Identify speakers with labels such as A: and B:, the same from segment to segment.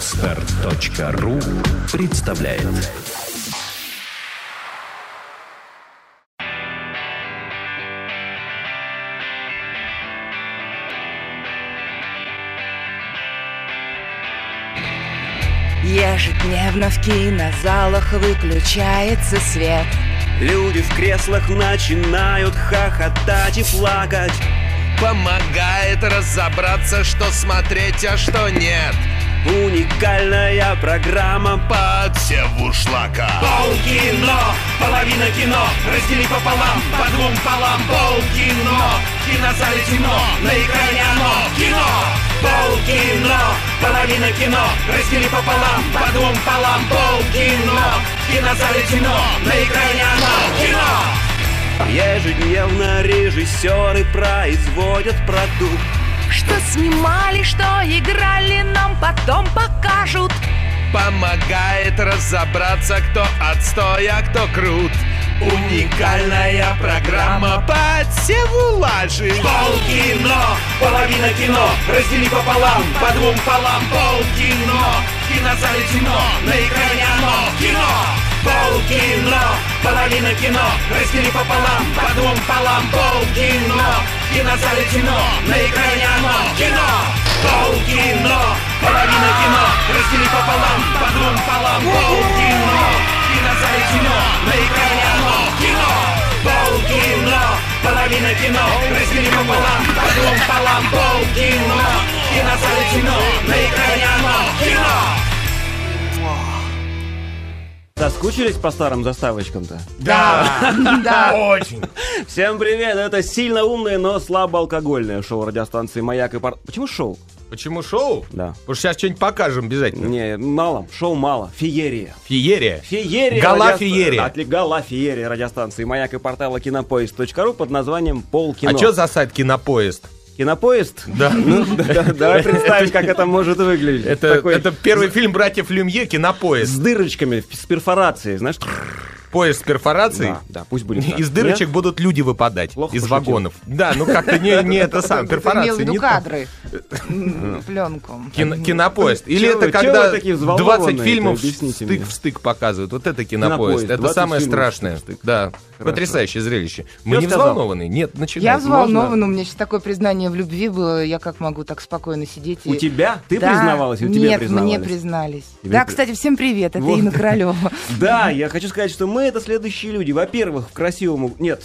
A: Отстар.ру представляет
B: Ежедневно в кинозалах выключается свет
C: Люди в креслах начинают хохотать и плакать
D: Помогает разобраться, что смотреть, а что нет
C: Уникальная программа
D: По отсеву шлака
E: Полкино, половина кино, раздели пополам, по двум полам Полкино, кинозале темно, на экране оно, кино Полкино, половина кино, раздели пополам, по двум полам Полкино, кинозале темно, на экране оно, кино
C: Ежедневно режиссеры производят продукт
B: Что снимали, что играли, нам потом покажут
D: Помогает разобраться, кто отстой, а кто крут Уникальная программа по отсеву лажи
E: Полкино, половина кино, раздели пополам, по двум полам Полкино, кинозале темно, на экране оно, кино Полкино, половина кино, раздели пополам, по двум полам Полкино, кинозале темно, на экране оно, кино Полкино, половина кино, раздели пополам, по двум полам Полкино, кинозале темно, на экране оно, кино Полкино, половина кино, раздели пополам, по двум полам Полкино, кинозале кино, на экране оно, кино
C: Соскучились по старым заставочкам-то?
F: Да, да, очень.
C: Всем привет! Это сильно умное, но слабоалкогольное шоу радиостанции «Маяк» и пар... Почему шоу?
F: Почему шоу?
C: Да.
F: Потому что сейчас что-нибудь покажем обязательно.
C: Не, мало. Шоу мало. Феерия.
F: Феерия.
C: Феерия.
F: Гала
C: радиоста-
F: феерия.
C: Отли- Гала феерия радиостанции «Маяк» и портала «Кинопоезд.ру» под названием «Полкино».
F: А что за сайт Кинопоезд?
C: Кинопоезд?
F: Да.
C: Ну, да, Давай представим, как это может выглядеть.
F: Это,
C: Такой
F: это первый фильм братьев Люмье
C: С
F: «Кинопоезд».
C: дырочками, с перфорацией, знаешь?
F: Поезд с перфорацией.
C: Да, да, пусть будет. так.
F: Из дырочек
C: Нет?
F: будут люди выпадать.
C: Плохо
F: из
C: пошутил.
F: вагонов. Да, ну как-то не, не это сам.
G: Имел в
F: Перфорации
G: виду
F: не то.
G: кадры. М, Пленку.
F: Кино- кинопоезд. Или
C: Чего
F: это
C: Ну, вы- чего
F: когда
C: вы такие взволнованные-то,
F: 20 фильмов
C: объясните
F: стык
C: мне.
F: в стык показывают. Вот это кинопоезд.
C: Кинопоезд,
F: Это
C: 20
F: самое
C: фильмов
F: страшное.
C: стык в стык.
F: Да.
C: Хорошо.
F: Потрясающее зрелище. Мы не
C: сказал?
F: взволнованы. Нет, начинаем.
G: Я взволнована, у меня сейчас такое признание в любви было, я как могу так спокойно сидеть.
C: У
G: и-
C: тебя? Ты
G: Да,
C: признавалась, у тебя
G: Нет,
C: признавались.
G: мне признались.
C: Тебе
G: Да,
C: при-
G: кстати, всем привет, это
C: Вот.
G: Инна Королева.
C: Да, я хочу сказать, что мы это следующие люди. Во-первых, в красивому... Нет,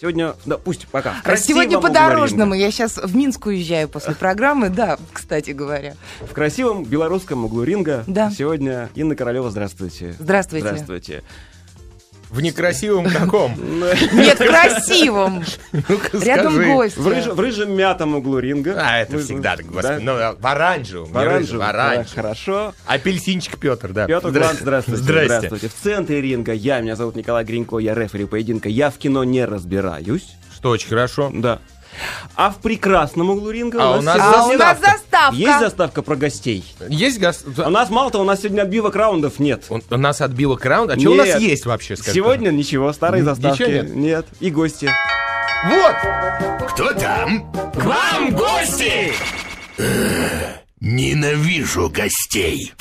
C: сегодня... Да, пусть пока. В красивом
G: А Сегодня по
C: говорим.
G: дорожному, я сейчас в Минск уезжаю после программы, да, кстати говоря.
C: В красивом белорусском углу ринга
G: Да.
C: сегодня Инна Королева, здравствуйте.
G: Здравствуйте.
C: Здравствуйте.
F: В некрасивом каком?
G: Нет, в красивом.
F: Ну-ка,
G: Рядом
F: скажи.
G: гость.
C: В, рыж- в рыжем мятом углу ринга.
F: А, это
C: Вы-
F: всегда так, господи.
C: Да?
F: Ну, а, в оранжевом.
C: В
F: не рыжем, В
C: оранжевом. Да,
F: оранжевом.
C: Хорошо.
F: Апельсинчик Петр, да.
C: Петр
F: Здра-
C: Глант, здравствуйте.
F: Здрасте.
C: Здравствуйте. В центре ринга я, меня зовут Николай Гринько, я рефери поединка, я в кино не разбираюсь.
F: Что очень хорошо.
C: Да. А в прекрасном углу ринга
F: А у нас
G: А у нас заставка.
C: Есть заставка про гостей?
F: Есть газ?
C: У нас мало того, у нас сегодня отбивок раундов нет.
F: Он- у нас отбило краунд. А что у
C: Нет.
F: нас есть вообще? скажи,
C: Сегодня ничего, старые
F: Н-
C: заставки.
F: ничего нет?
C: И гости.
F: пожалуйста.
D: Кто там? К вам гости! Ненавижу гостей.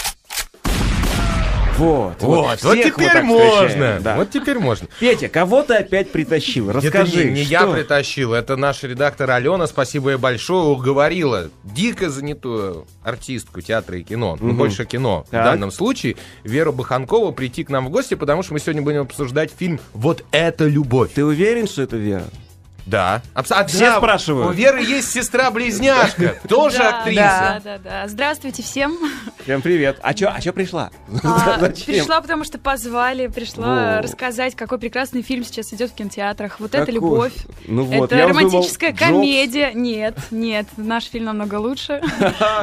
C: Вот.
F: Вот. Вот,
C: всех мы
F: теперь
C: так
F: можно.
C: встречаем, да.
F: Вот теперь можно.
C: Петя, кого ты опять притащил? Расскажи.
F: это не, не
C: что?
F: я притащил, это наш редактор Алена, спасибо ей большое, уговорила дико занятую артистку театра и кино, ну,
C: Мгм.
F: больше кино
C: Так.
F: в данном случае, Веру Баханкову прийти к нам в гости, потому что мы сегодня будем обсуждать фильм «Вот это любовь».
C: Ты уверен, что это Вера?
F: Да. Абс- а,
C: Все
F: да,
C: спрашивают.
F: У Веры есть сестра-близняшка, тоже
H: Да,
F: актриса.
H: Да, да, да. Здравствуйте всем.
C: Всем привет. А чё, а чё пришла?
H: А,
C: Зачем?
H: Пришла, потому что позвали, пришла
C: Во.
H: рассказать, какой прекрасный фильм сейчас идет в кинотеатрах. Вот это
C: Какой?
H: любовь.
C: Ну вот,
H: это
C: я уж думал,
H: романтическая
C: Джобс.
H: комедия. Нет, нет, наш фильм намного лучше.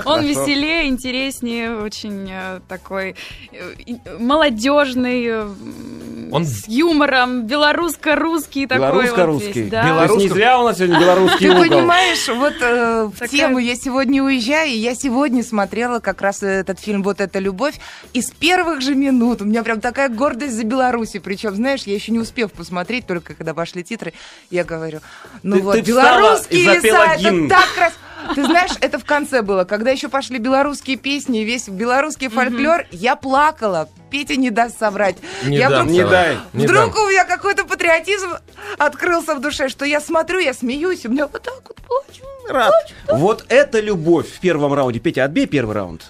H: Он веселее, интереснее, очень э, такой э, и- молодежный, э, м,
F: Он-
H: с юмором, белорусско-русский такой. вот
C: Белорусско-русский.
H: весь, да.
C: То есть не
F: Белорусско-
C: зря у нас сегодня белорусский
G: Ты
C: угол.
G: понимаешь, вот э, в
H: Такая-
G: тему «Я сегодня уезжаю», и я сегодня смотрела как раз э, этот фильм «Вот это любовь» и с первых же минут у меня прям такая гордость за Белоруссию. Причем, знаешь, я еще не успев посмотреть, только когда пошли титры, я говорю, ну
C: Ты-
G: вот,
C: ты встала и
G: белорусские леса,
C: запела
G: это
C: гимн.
G: так красиво. Ты знаешь, это в конце было, когда еще пошли белорусские песни и весь белорусский фольклор, я плакала. Петя не даст соврать.
I: Не
G: я
I: дам
G: вдруг-
C: Не
I: соврать.
C: дай.
I: Не
G: Вдруг
I: дам.
G: у меня какой-то патриотизм открылся в душе, что я смотрю, я смеюсь, и у меня вот так вот плачу.
I: Э,
C: Рад. Вот это любовь в первом раунде. Петя, отбей первый раунд.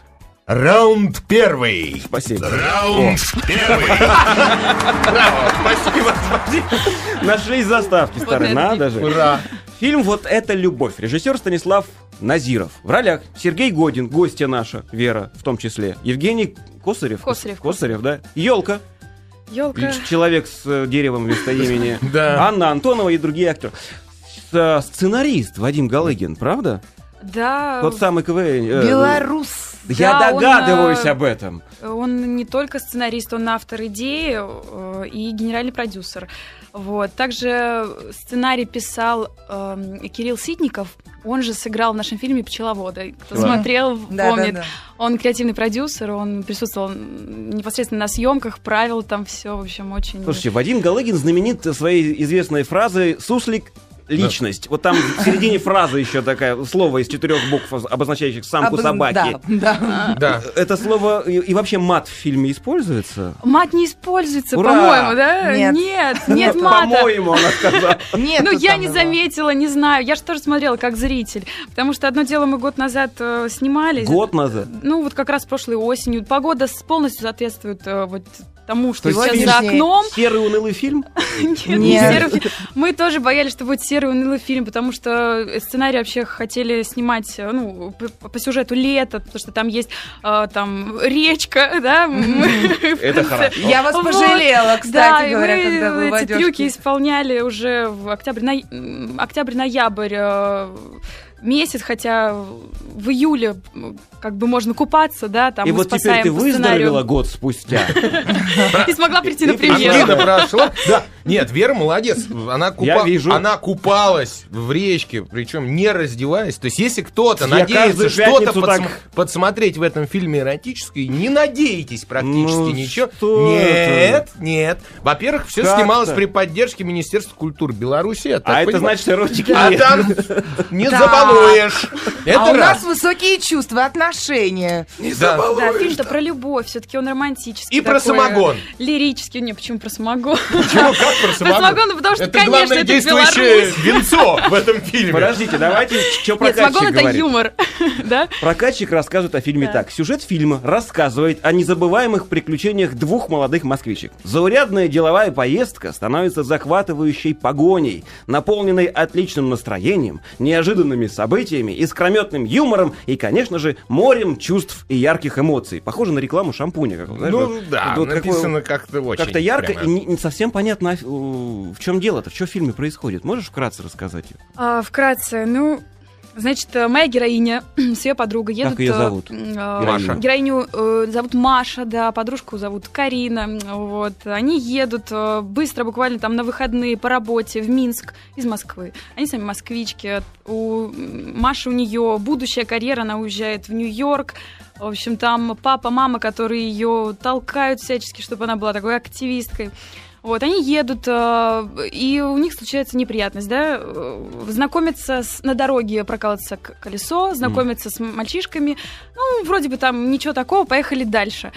I: Раунд первый.
C: Спасибо.
J: Раунд первый.
I: Спасибо.
C: На шесть заставки, старый,
H: это
C: надо же.
I: Ура.
C: Фильм «Вот это любовь». Режиссер Станислав Назиров. В ролях Сергей Годин, гостья наша, Вера в том числе. Евгений Косарев.
H: Косарев.
C: Косарев, да. Елка.
H: Ёлка.
C: Ч- Человек с э, деревом вместо имени.
I: Да.
C: Анна Антонова и другие актеры. С- э, Сценарист Вадим Галыгин, правда?
H: Да,
C: Тот самый КВН. э,
G: Белорус.
C: Я
H: Эм, Да, он,
C: догадываюсь
H: э,
C: об этом.
H: он не только сценарист, он автор идеи э, и генеральный продюсер. Вот. Также сценарий писал эм, Кирилл Ситников, он же сыграл в нашем фильме «Пчеловода». Кто
C: Да.
H: смотрел,
G: Да, да,
H: помнит.
G: да.
H: Он креативный продюсер, он присутствовал непосредственно на съемках, правил там все, в общем, очень...
C: Слушайте, Вадим Галыгин знаменит своей известной фразой «суслик личность». Вот там в середине фразы еще такая слово из четырех букв, обозначающих самку
G: Обы-
C: собаки.
G: Да, да.
I: Да.
C: Это слово и, и вообще мат в фильме используется?
H: Мат не используется,
C: Ура!
H: по-моему, да?
G: Нет.
H: нет, нет
C: Ну,
H: мата.
C: По-моему, она сказала.
G: Нет,
H: Ну,
G: тут
H: я
G: там
H: не
G: его.
H: заметила, не знаю. Я же тоже смотрела как зритель. Потому что одно дело мы год назад э, снимали.
C: Год назад.
H: Ну, вот как раз прошлой осенью. Погода с- полностью соответствует э, вот тому,
C: То
H: что
C: есть
H: сейчас
C: ты
H: за
G: видишь-
H: окном.
C: Серый унылый фильм?
H: Нет, не
G: Нет.
H: серый фильм. Мы тоже боялись, что будет серый унылый фильм, потому что э, сценарий вообще хотели снимать э, ну, по, по сюжету лето, потому что там есть э, там речка, да. Это хорошо.
G: Я вас
H: Вот.
G: пожалела,
H: Да,
G: кстати
H: и
G: говоря,
H: мы
G: когда вы в
H: эти трюки
G: одежке.
H: исполняли уже в октябрь, ноя- м, октябрь-ноябрь э, месяц, хотя в июле м, как бы можно купаться, да, там
C: И
H: мы
C: вот теперь
H: спасаем
C: ты
H: по сценарию.
C: выздоровела год спустя.
H: И смогла прийти на
C: И пришла.
H: премьеру.
I: Отлично прошло. Да. Нет, Вера молодец. Она, купа-
C: Я вижу.
I: она купалась в речке, причем не раздеваясь. То есть, если кто-то
C: Я
I: надеется
C: каждую
I: что-то
C: пятницу
I: подсм-
C: так-
I: подсмотреть в этом фильме эротическое, не надеетесь практически
C: Ну,
I: ничего.
C: что
I: Нет, нет. Во-первых, все
C: Как-то.
I: снималось при поддержке Министерства культуры Беларуси. я так
C: А это
I: понимаю.
C: значит, что эротики
I: А
C: нет.
I: там не
G: Да.
I: забалуешь. Это
G: А у нас
I: раз.
G: высокие чувства, отношения.
I: Да.
H: Да, фильм-то про любовь, все-таки он романтический.
I: И про
H: такой, а
I: самогон.
H: Лирический. Не, почему про самогон?
I: Почему? Как про
H: Про
I: самогон?
H: самогон, потому что,
I: Это
H: конечно,
I: главное
H: это
I: действующее
H: Беларусь.
I: венцо в этом фильме.
C: Подождите, давайте, что
H: Нет,
C: прокатчик
H: самогон это
C: говорит.
H: юмор, да?
C: Прокатчик рассказывает о фильме
H: Да.
C: так. Сюжет фильма рассказывает о незабываемых приключениях двух молодых москвичек. Заурядная деловая поездка становится захватывающей погоней, наполненной отличным настроением, неожиданными событиями, искрометным юмором и, конечно же, морем чувств и ярких эмоций. Похоже на рекламу шампуня. как, знаешь,
I: Ну
C: вот-
I: да,
C: вот такое-
I: написано как-то очень.
C: Как-то ярко
I: прямо.
C: и не, не совсем понятно, а, э, в чем дело-то, что в фильме происходит. Можешь вкратце рассказать?
H: А, Вкратце, ну, значит, э, моя героиня с ее подругой едут...
C: её
H: э,
C: зовут?
H: э,
I: Маша.
H: Героиню э, зовут Маша, да, подружку зовут Карина. м, Вот. Они едут э, быстро, буквально там на выходные по работе в Минск из Москвы. Они сами москвички. У м, Маши у нее будущая карьера, она уезжает в Нью-Йорк. В общем, там папа, мама, которые ее толкают всячески, чтобы она была такой активисткой. Вот, они едут, э, и у них случается неприятность, да, э, знакомятся с, на дороге, прокалывается к- колесо, знакомятся с мальчишками, ну, вроде бы там ничего такого, поехали дальше.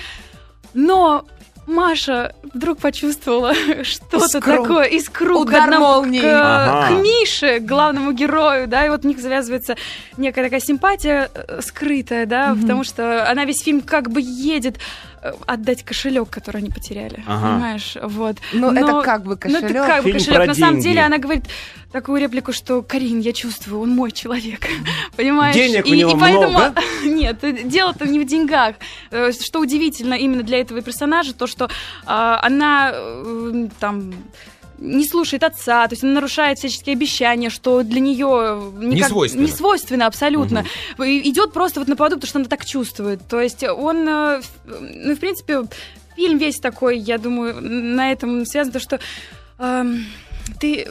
H: Но Маша вдруг почувствовала что-то
G: Искру.
H: такое, искру к
G: Удар
H: одному,
G: молнии.
H: к, э,
C: Ага.
H: к Мише, к главному герою, да, и вот у них завязывается некая такая симпатия э, скрытая, да, потому что она весь фильм как бы едет э, отдать кошелек, который они потеряли,
C: Ага.
H: понимаешь, вот.
G: Ну, это как бы
H: Ну, это
G: кошелек.
H: как бы
C: Фильм
H: кошелек.
C: про
H: На самом
C: деньги.
H: деле она говорит такую реплику, что Карин, я чувствую, он мой человек. Понимаешь?
C: Денег
H: и,
C: у него
H: и поэтому...
C: много?
H: Нет, э, дело-то не в деньгах. Э, Что удивительно именно для этого персонажа, то, что а, она э, там не слушает отца, то есть она нарушает всяческие обещания, что для нее
I: Не свойственно.
C: Не
H: свойственно абсолютно. И- Идет просто вот на поводу, потому что она так чувствует. То есть он, э, в- ну, в принципе, фильм весь такой, я думаю, на этом связан, то, что эм, ты...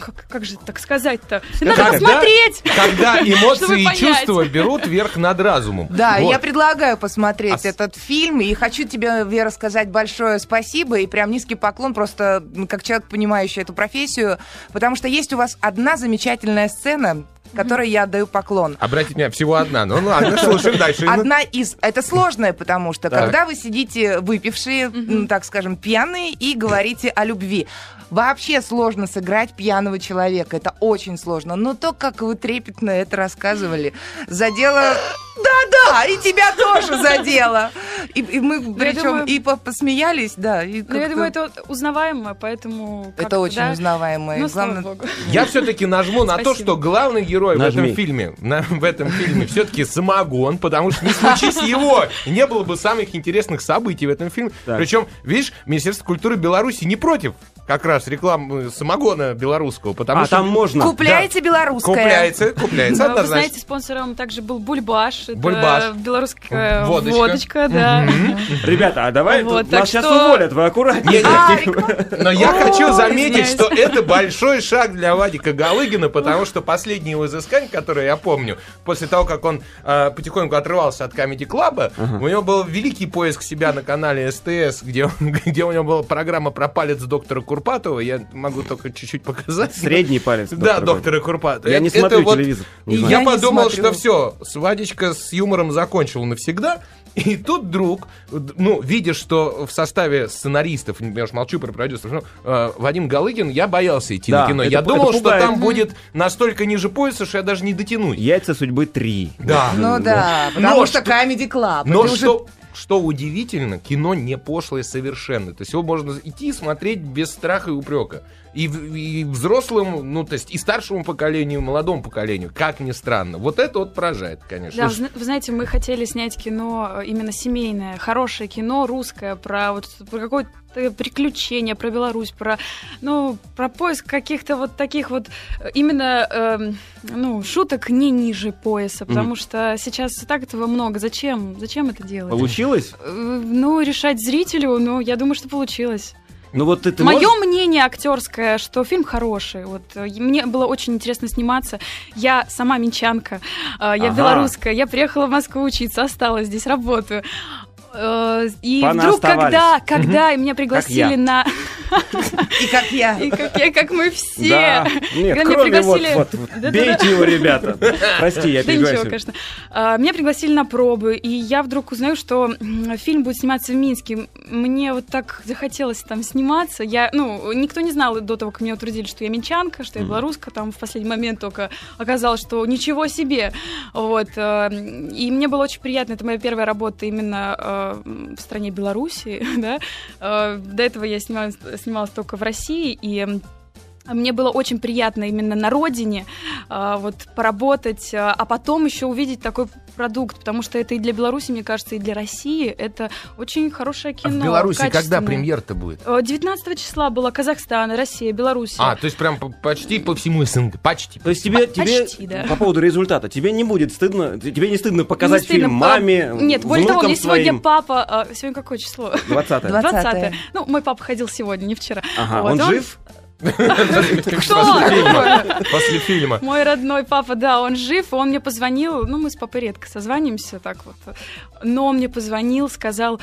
H: Как, как же так сказать-то? Надо
I: Когда-
H: посмотреть!
I: Когда
H: Чтобы
I: эмоции и
H: понять.
I: чувства берут верх над разумом.
G: Да,
I: Вот.
G: я предлагаю посмотреть
I: А с-
G: этот фильм, и хочу тебе, Вера, сказать большое спасибо, и прям низкий поклон, просто м, как человек, понимающий эту профессию, потому что есть у вас одна замечательная сцена, которой я отдаю поклон.
I: Обратите меня, всего одна. Ну ладно, слушаем дальше. Инна.
G: Одна из... Это сложное, потому что
I: Так.
G: когда вы сидите выпившие, ну, так скажем, пьяные, и говорите о любви. Вообще сложно сыграть пьяного человека. Это очень сложно. Но то, как вы трепетно это рассказывали, задело... Да-да, и тебя тоже задело. И, и мы причем
H: Ну, думаю-
G: и по- посмеялись, да. И
H: Ну, я
G: как-то-
H: думаю, это узнаваемо, поэтому...
G: это
H: как-то,
G: очень
H: да.
G: узнаваемо. И
H: Ну, слава
G: главное,
H: богу.
I: Я все-таки нажму на то,
H: Спасибо.
I: что главный герой в
C: Нажми.
I: этом фильме, на- в этом фильме все-таки самогон, потому что не случись его, не было бы самых интересных событий в этом фильме.
C: Так.
I: Причем, видишь, Министерство культуры Беларуси не против как раз рекламы самогона белорусского, потому
C: А
I: что
C: там можно.
G: купляйте белорусское.
I: купляется, купляется
H: Ну, Вы знаете,
I: однозначно.
H: спонсором также был Бульбаш. Это
I: Бульбаш.
H: белорусская
I: Водочка.
H: водочка. да.
C: Ребята, а давай
H: Вот,
C: тут
H: так
C: нас сейчас
H: что-
C: уволят, вы аккуратнее.
G: А, реклама.
I: Но я хочу заметить,
H: знаете.
I: что это большой шаг для Вадика Галыгина, потому что последнее его изыскание, которое я помню, после того, как он э, потихоньку отрывался от Камеди Клаба, у него был великий поиск себя на канале СТС, где, он- где у него была программа про палец доктора Курпатова. Я могу только чуть-чуть показать.
C: Средний палец.
I: Да,
C: доктор
I: доктора Курпатова.
C: Я не
I: Это
C: смотрю
I: вот-
C: телевизор. не
I: и
C: знаю.
I: я
G: не
I: подумал,
G: смотрю.
I: что все, Свадечка с юмором закончил навсегда. И тут вдруг, ну, видя, что в составе сценаристов, я уж молчу про продюсеров, ну, э, Вадим Галыгин, я боялся идти
C: Да,
I: на кино.
C: это-
I: я
C: это
I: думал, что
C: пугает.
I: там будет настолько ниже пояса, что я даже не дотянусь.
C: Яйца судьбы 3.
I: Да.
G: Ну да,
I: Но
G: потому что
I: что-
G: Comedy Club.
I: Но
G: Это уже
I: что, что удивительно, кино не пошлое совершенно. То есть его можно идти и смотреть без страха и упрека. И, в- и взрослым, ну, то есть и старшему поколению, и молодому поколению. Как ни странно. Вот это вот поражает, конечно.
H: Да, вы зна- вы знаете, мы хотели снять кино э, именно семейное, хорошее кино, русское, про, вот, про какое-то приключение, про Беларусь, про, ну, про поиск каких-то вот таких вот э, именно эм, ну, шуток не ниже пояса, потому что сейчас и так этого много. Зачем? Зачем это делать?
C: Получилось?
H: Э, Ну, решать зрителю, ну, я думаю, что получилось.
C: Ну вот ты, ты
H: Мое
C: можешь-
H: мнение актерское, что фильм хороший. Вот э, и мне было очень интересно сниматься. Я сама минчанка, э, я
C: Ага.
H: белорусская, я приехала в Москву учиться, осталась здесь, работаю. Э, И
C: Пана
H: вдруг,
C: оставались.
H: когда, когда меня
C: Как
H: пригласили
C: я.
H: на...
G: и как я.
H: И как, я- как мы все.
C: Да. Нет,
H: Когда меня
C: кроме вот,
H: пригласили-
C: вот, вот.
H: Да-да-да.
C: Бейте его, ребята. Прости, я
H: Да ничего,
C: перебиваю.
H: конечно. А, Меня пригласили на пробы, и я вдруг узнаю, что м, фильм будет сниматься в Минске. Мне вот так захотелось там сниматься. Я, ну, никто не знал до того, как меня утвердили, что я минчанка, что я белоруска. Там в последний момент только оказалось, что ничего себе. Вот. э, И мне было очень приятно. Это моя первая работа именно э, в стране Беларуси, да. Э, До этого я снималась, снималась только в России, и м, мне было очень приятно именно на родине а, вот поработать, а а потом еще увидеть такой продукт, потому что это и для Беларуси, мне кажется, и для России это очень хорошее
I: А
H: кино.
I: в Беларуси когда
H: качественное.
I: премьер-то будет?
H: Э, 19 числа была Казахстан, Россия, Беларусь.
I: А, то есть прям по- почти по всему СНГ. Почти.
C: То есть тебе, тебе
H: А, почти, да.
C: по поводу результата, тебе не будет стыдно, т- тебе не стыдно показать
H: Не стыдно,
C: фильм
H: а,
C: маме,
H: Нет, более того,
C: внукам
H: мне сегодня
C: своим?
H: папа... а, Сегодня какое число?
C: 20
G: Два- 20-е.
H: 20 Ну, мой папа ходил сегодня, не вчера.
C: Ага,
H: Вот,
C: он
H: он-
C: жив?
H: Кто?
I: После фильма.
H: Мой родной папа, да, он жив, и он мне позвонил, ну, мы с папой редко созваниваемся так вот, но он мне позвонил, сказал,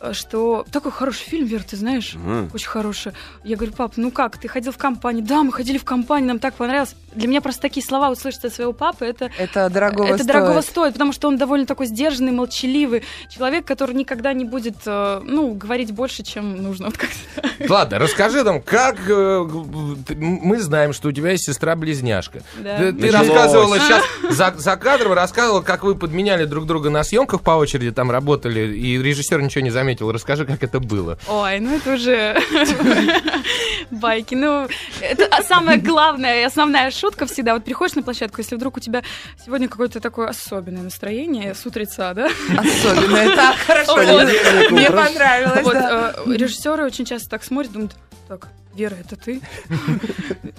H: э, что такой хороший фильм, Вер, ты знаешь,
C: Мгм.
H: очень хороший. Я говорю, пап, ну как, ты ходил в компанию? Да, мы ходили в компанию, нам так понравилось. Для меня просто такие слова услышать от своего папы, это
G: Это дорогого
H: это
G: стоит.
H: дорогого стоит, потому что он довольно такой сдержанный, молчаливый человек, который никогда не будет, э, ну, говорить больше, чем нужно. Вот как-то.
I: Ладно, расскажи нам, как э, г- ты- м- мы знаем, что у тебя есть сестра-близняшка.
H: Да.
I: Ты, ты
C: Началось.
I: рассказывала сейчас за, за кадром, рассказывала, как вы подменяли друг друга на съемках по очереди, там работали, и режиссер ничего не заметил. Расскажи, как это было.
H: Ой, ну это уже байки. Ну, это а самая главная и основная шутка всегда. Вот приходишь на площадку, если вдруг у тебя сегодня какое-то такое особенное настроение с утреца, да?
G: Особенно. Это хорошо.
H: Вот. э,
G: Мне понравилось.
H: Вот
G: да.
H: э, режиссеры очень часто так смотрят, думают, так, Вера, это ты?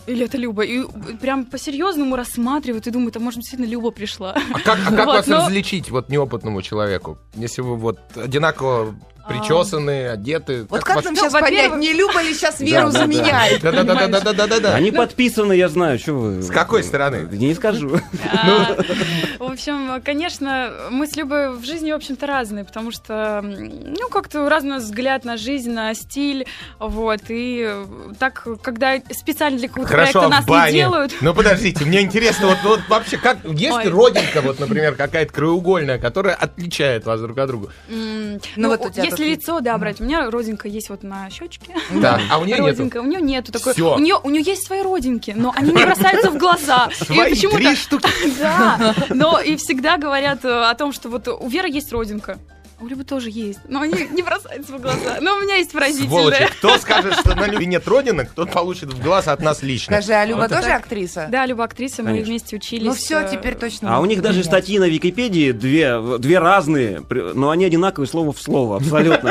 H: Или это Люба? И прям по-серьезному рассматривают и думают, а может, действительно Люба пришла?
I: А как, а как
H: Вот,
I: вас
H: ну-
I: различить, вот неопытному человеку, если вы вот одинаково
H: А.
I: причесанные, одеты.
G: Вот как нам
H: Ну,
G: сейчас
H: во-первых-
G: понять, не Люба ли сейчас Веру
C: Да, да, да.
G: заменяет?
I: Да-да-да-да-да-да-да.
C: Они подписаны, я знаю, что вы...
I: С какой стороны?
C: Не скажу.
G: Ну.
H: А, В общем, конечно, мы с Любой в жизни, в общем-то, разные, потому что, м, ну, как-то разный у нас взгляд на жизнь, на стиль, вот, и э, так, когда специально для какого-то
I: Хорошо,
H: проекта
I: а
H: нас
I: в бане.
H: не делают,
I: Ну подождите, мне интересно, вот, вот вообще, как есть
H: Ой.
I: родинка, вот, например, какая-то краеугольная, которая отличает вас друг от друга.
H: М,
G: Ну,
H: ну,
G: вот у тебя
H: если
G: тут-
H: лицо, да, брать, у меня родинка есть вот на щечке.
I: Да, а у нее нету.
H: Родинка, у нее нету такой.
I: Всё.
H: У нее у нее есть свои родинки, но они не бросаются в глаза. И
I: Свои три
H: почему-то.
I: штуки.
H: Да. Но и всегда говорят э, о том, что вот у Веры есть родинка. У Любы тоже есть, но они не бросаются в глаза. Но у меня есть
I: Сволочи,
H: выразительная.
I: кто скажет, что на Любе нет родинок, тот получит в глаз от нас лично.
G: Скажи, а Люба
H: Вот
G: тоже
H: так.
G: актриса?
H: Да, Люба актриса, мы
C: Конечно.
H: вместе учились.
G: Ну все,
H: э,
G: теперь точно.
C: А у
G: можно
C: них даже
G: менять.
C: статьи на Википедии две, две разные, при- но они одинаковые слово в слово, абсолютно.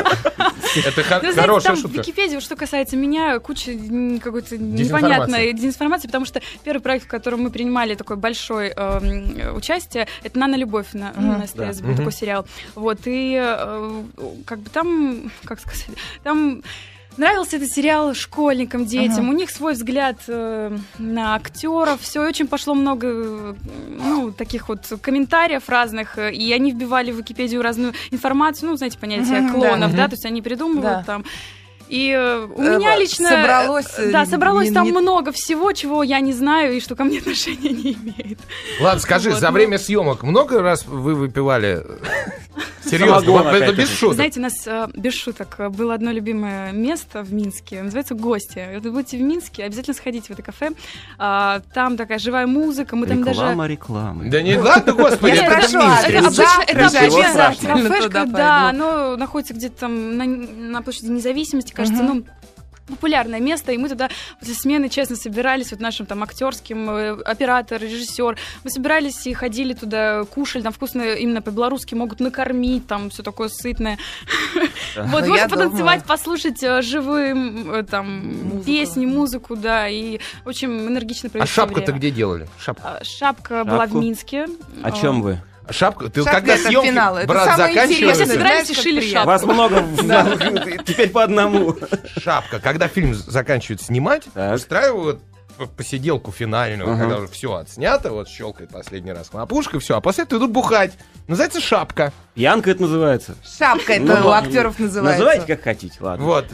I: Это
H: Ну,
I: хо-
H: знаете,
I: хорошая
H: там в
I: шутка.
H: Википедии, вот что касается меня, куча м, какой-то
I: Дезинформации.
H: непонятной дезинформации, потому что первый проект, в котором мы принимали такой большой эм, участие, это «Нано-любовь» на, ну, на СТС был такой сериал. Вот, и э, как бы там, как сказать, там... Нравился этот сериал школьникам, детям. У них свой взгляд э, на актеров. Все, очень пошло много э, ну, таких вот комментариев разных. э, И они вбивали в Википедию разную информацию. Ну, знаете, понятие
G: Мгм, да.
H: клонов, да, то есть они придумывают
G: Да.
H: там. И э, у
G: Э,
H: меня лично... э,
G: собралось, э,
H: Да, собралось
G: не-
H: там
G: не-
H: много всего, чего я не знаю и что ко мне отношения не имеет.
I: Ладно, скажи,
H: Вот,
I: за
H: ну.
I: время съемок много раз вы выпивали? Серьезно,
C: Самогон
I: вот это
C: опять
I: без
C: же.
I: шуток.
H: Знаете, у нас, э, без шуток, э, было одно любимое место в Минске, называется «Гости». Если вы будете в Минске, обязательно сходите в это кафе. А, Там такая живая музыка, мы там даже...
C: Реклама рекламы.
I: Да не, ладно, господи,
G: Я
I: это
G: спрошу,
I: Минск.
G: а
H: Это обычно-
G: Завтра
H: это
G: же
H: обычно
G: обязательно туда
H: кафешка,
G: пойду.
H: да, оно находится где-то там на, на площади независимости, кажется,
G: Мгм.
H: ну популярное место, и мы туда после смены, честно, собирались вот нашим там актерским, э, оператор, режиссер, мы собирались и ходили туда, кушали, там вкусно именно по-белорусски могут накормить, там все такое сытное. Вот,
G: Ну, я
H: можно
G: думаю.
H: потанцевать, послушать э, живые м, э, там
G: Музыку.
H: песни, музыку, да, и очень энергично
I: А
H: провести
I: шапку-то
H: время.
I: где делали? Шапку.
H: А, Шапка была в
C: Шапку?
H: Минске.
C: О
H: А,
C: чем вы?
I: Шапку? Ты
G: Шапка
I: когда
G: это
I: съемки,
G: финал, это
I: брат,
G: самое
I: заканчиваешь?
G: интересное.
H: Мы сейчас
G: Знаешь,
H: собирались и
G: как
H: шили
G: приятно.
H: шапку.
C: Вас много, в- теперь по одному.
I: Шапка. Когда фильм заканчивают снимать,
C: Так.
I: устраивают п- посиделку финальную,
C: Ага.
I: когда уже все отснято, вот щелкает последний раз хлопушка, все, а после этого идут бухать. Называется шапка.
C: Янка это называется.
G: Шапка это
C: Ну,
G: у актеров называется.
C: Называйте как хотите, ладно.
I: Вот.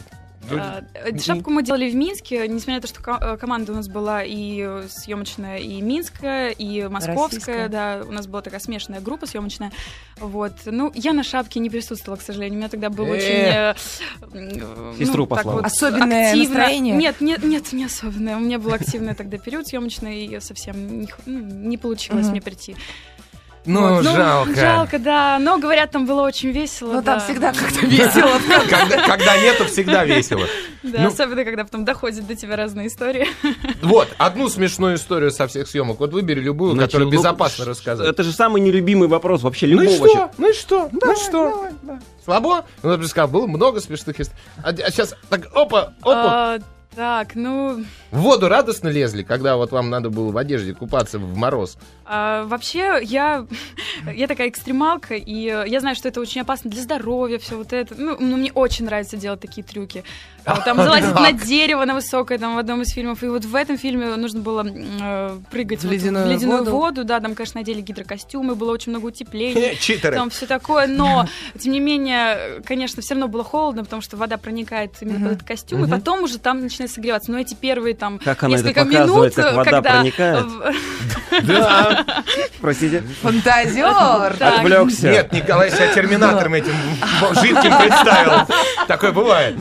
H: А, э, Шапку мы делали в Минске, несмотря на то, что ко- э, команда у нас была и э, съемочная, и минская, и
G: Российская.
H: московская, да, у нас была такая смешанная группа съемочная, вот. Ну, я на шапке не присутствовала, к сожалению, у меня тогда был
I: Э.
H: очень... э, э,
C: Сестру
H: ну, так
C: послала.
H: вот
G: Особенное
H: активно.
G: настроение?
H: Нет, нет, нет, не особенное. У меня был активный тогда период съемочный, и совсем не, х- ну, не получилось
G: Мгм.
H: мне прийти.
I: Ну,
H: Вот,
I: жалко.
H: Жалко, да. Но, говорят, там было очень весело.
G: Ну там
H: да.
G: всегда как-то весело.
I: Когда, когда нету, всегда весело.
H: Да,
I: Ну.
H: особенно, когда потом доходят до тебя разные истории.
I: Вот, одну смешную историю со всех съемок. Вот выбери любую,
C: Значит,
I: которую
C: ну,
I: безопасно
C: ш-
I: рассказать.
C: Это же самый нелюбимый вопрос вообще
I: Ну
C: любого.
I: и что?
C: человека.
I: Ну и что? Ну и что? Слабо? Ну, я бы сказал, было много смешных историй. А, сейчас так, опа, опа.
H: А, Так, ну,
I: В воду радостно лезли, когда вот вам надо было в одежде купаться в мороз.
H: а, вообще я, я такая экстремалка, и э, я знаю, что это очень опасно для здоровья, все вот это. Ну, ну, мне очень нравится делать такие трюки. А, Там залазить на дерево, на высокое, там в одном из фильмов. И вот в этом фильме нужно было м, э, прыгать
G: В
H: вот
G: ледяную воду.
H: Да, там, конечно, надели гидрокостюмы, было очень много утепления.
I: Читеры.
H: там все такое, но, тем не менее, конечно, все равно было холодно, потому что вода проникает именно под этот костюм, и потом уже там начинает согреваться. Но эти первые там
C: Как она это
H: несколько
C: показывает,
H: минут,
C: как вода
H: когда...
C: проникает?
H: в-
I: Да.
C: Простите.
G: Фантазер.
H: Так.
C: Отвлекся.
I: Нет, Николай себя терминатором этим жидким представил. Такое бывает.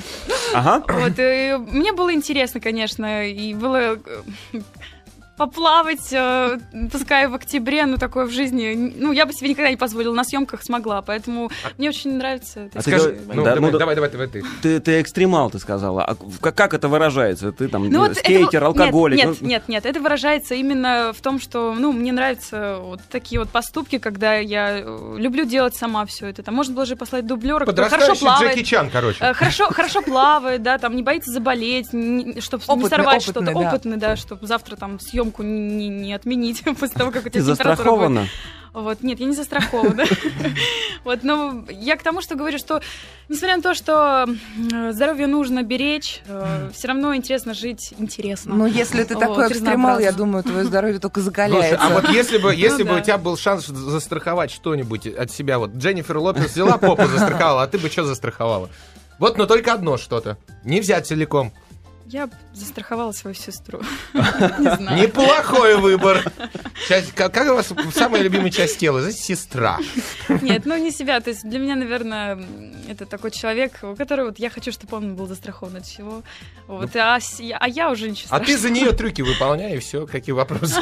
C: Ага.
H: Вот, и мне было интересно, конечно, и было э, поплавать, э, пускай в октябре, но такое в жизни, ну, я бы себе никогда не позволила, на съемках смогла, поэтому мне очень нравится. это.
C: А ты
I: Скажи,
C: говор-
I: ну,
C: да, ну,
I: давай,
C: да-
I: давай, давай, давай ты.
C: Ты, ты экстремал, ты сказала. А в- как, как это выражается? Ты там
H: Ну,
C: э,
H: вот это
C: скейтер,
H: вот-
C: алкоголик.
H: Нет, нет,
C: ну,
H: нет, нет, это выражается именно в том, что, ну, мне нравятся вот такие вот поступки, когда я э, люблю делать сама все это. Там можно было же послать дублера, который хорошо
I: Подрастающий Джеки
H: плавает.
I: Чан, короче.
H: э, Хорошо, хорошо плавает, да, там не боится заболеть, чтобы
G: Опытный,
H: не сорвать
G: опытный,
H: что-то.
G: да.
H: Опытный, да, чтобы завтра там съемку не, не- не отменить после того, как у
C: Ты
H: тебя температура будет.
C: застрахована.
H: Вот, нет, я не застрахована. Вот, но я к тому, что говорю, что несмотря на то, что э, здоровье нужно беречь, все равно интересно жить интересно.
G: Ну, если ты
H: Вот,
G: такой экстремал, я
H: разнообразно.
G: думаю, твое здоровье только
I: Слушай,
G: закаляется.
I: а вот если бы, если бы
H: Ну да.
I: у тебя был шанс застраховать что-нибудь от себя, вот Дженнифер Лопес взяла попу, застраховала, а ты бы что застраховала? Вот, но только одно что-то. Не взять целиком.
H: Я б застраховала свою сестру. Не знаю.
I: Неплохой выбор. Часть- как, как у вас самая любимая часть тела? Знаете, сестра.
H: Нет, ну не себя. То есть для меня, наверное, это такой человек, у которого вот я хочу, чтобы он был застрахован от чего. Вот, а, с- я- а я уже ничего
I: А ты
H: страшного.
I: за нее трюки выполняй, и все, какие вопросы.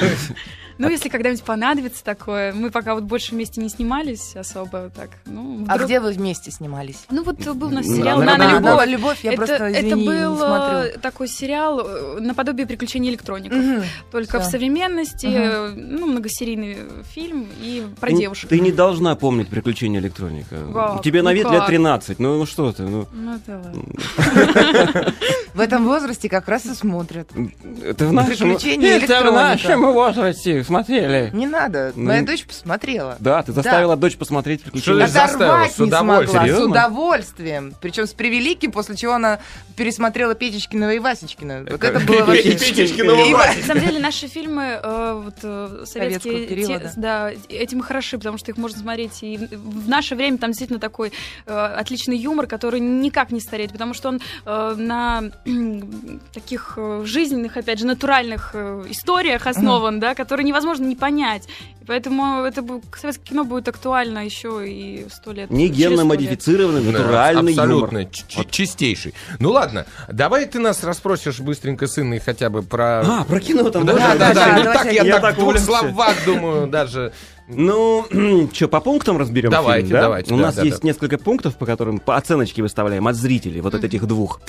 H: Ну, если когда-нибудь понадобится такое. Мы пока вот больше вместе не снимались особо так. Ну,
G: А
H: вдруг-
G: где вы вместе снимались?
H: Ну, вот был у нас
C: На-
H: сериал
C: на-
H: «Нано
C: на-
H: любовь».
G: на любовь, я
H: это,
G: просто,
H: это
G: извини, не
H: был э,
G: смотрю.
H: такой сериал э, наподобие приключений электроников.
G: Мгм.
H: Только
G: всё.
H: в современности,
G: Мгм.
H: э, ну, многосерийный э, фильм и про
C: Ты-
H: девушек.
C: Ну, Ты не должна помнить приключения электроника.
H: Как?
C: Тебе на
H: Ну
C: вид лет
H: как?
C: 13. Ну, ну что ты? Ну,
H: Ну, это ладно.
G: В этом возрасте как раз и смотрят.
C: это в нашем...
G: Приключения
C: Это в
G: электроника.
C: нашем возрасте. Смотрели.
G: Не надо.
C: Ну,
G: Моя
C: не-
G: дочь посмотрела.
C: Да, ты заставила дочь посмотреть приключения.
I: Ты же заставила,
G: Оторвать
I: с
G: не смогла,
I: удовольствием.
G: с
C: Серьезно?
G: удовольствием. Причем с превеликим, после чего она пересмотрела Петечкина и Васечкина. Вот это было вообще...
I: Петечкиного
G: И-
I: мать.
H: На самом деле наши фильмы э, вот, э, советские,
G: Советского периода.
H: те- да, этим и хороши, потому что их можно смотреть и в наше время там действительно такой э, отличный юмор, который никак не стареет, потому что он э, на кхм, таких э, жизненных, опять же, натуральных э, историях основан, да, которые невозможно не понять. И поэтому это бу- советское кино будет актуально еще и сто лет.
C: Не
H: через сто лет.
C: генно-модифицированный, натуральный
I: Абсолютно.
C: юмор.
I: Ч- ч- Чистейший. Ну ладно, давай ты нас расспросишь быстренько, сын, и хотя бы про...
C: А, про кино там можно?
I: Да,
G: да,
I: да, да.
G: да,
I: Ну так
G: давайте.
I: я
C: Я
I: так
C: так
I: в двух
C: увлекся.
I: словах думаю даже.
C: Ну, что, по пунктам разберем?
I: Давайте,
C: фильм, да?
I: давайте,
C: У
I: да,
C: нас
I: да,
C: есть
I: да.
C: несколько пунктов, по которым по оценочке выставляем от зрителей, вот от этих двух.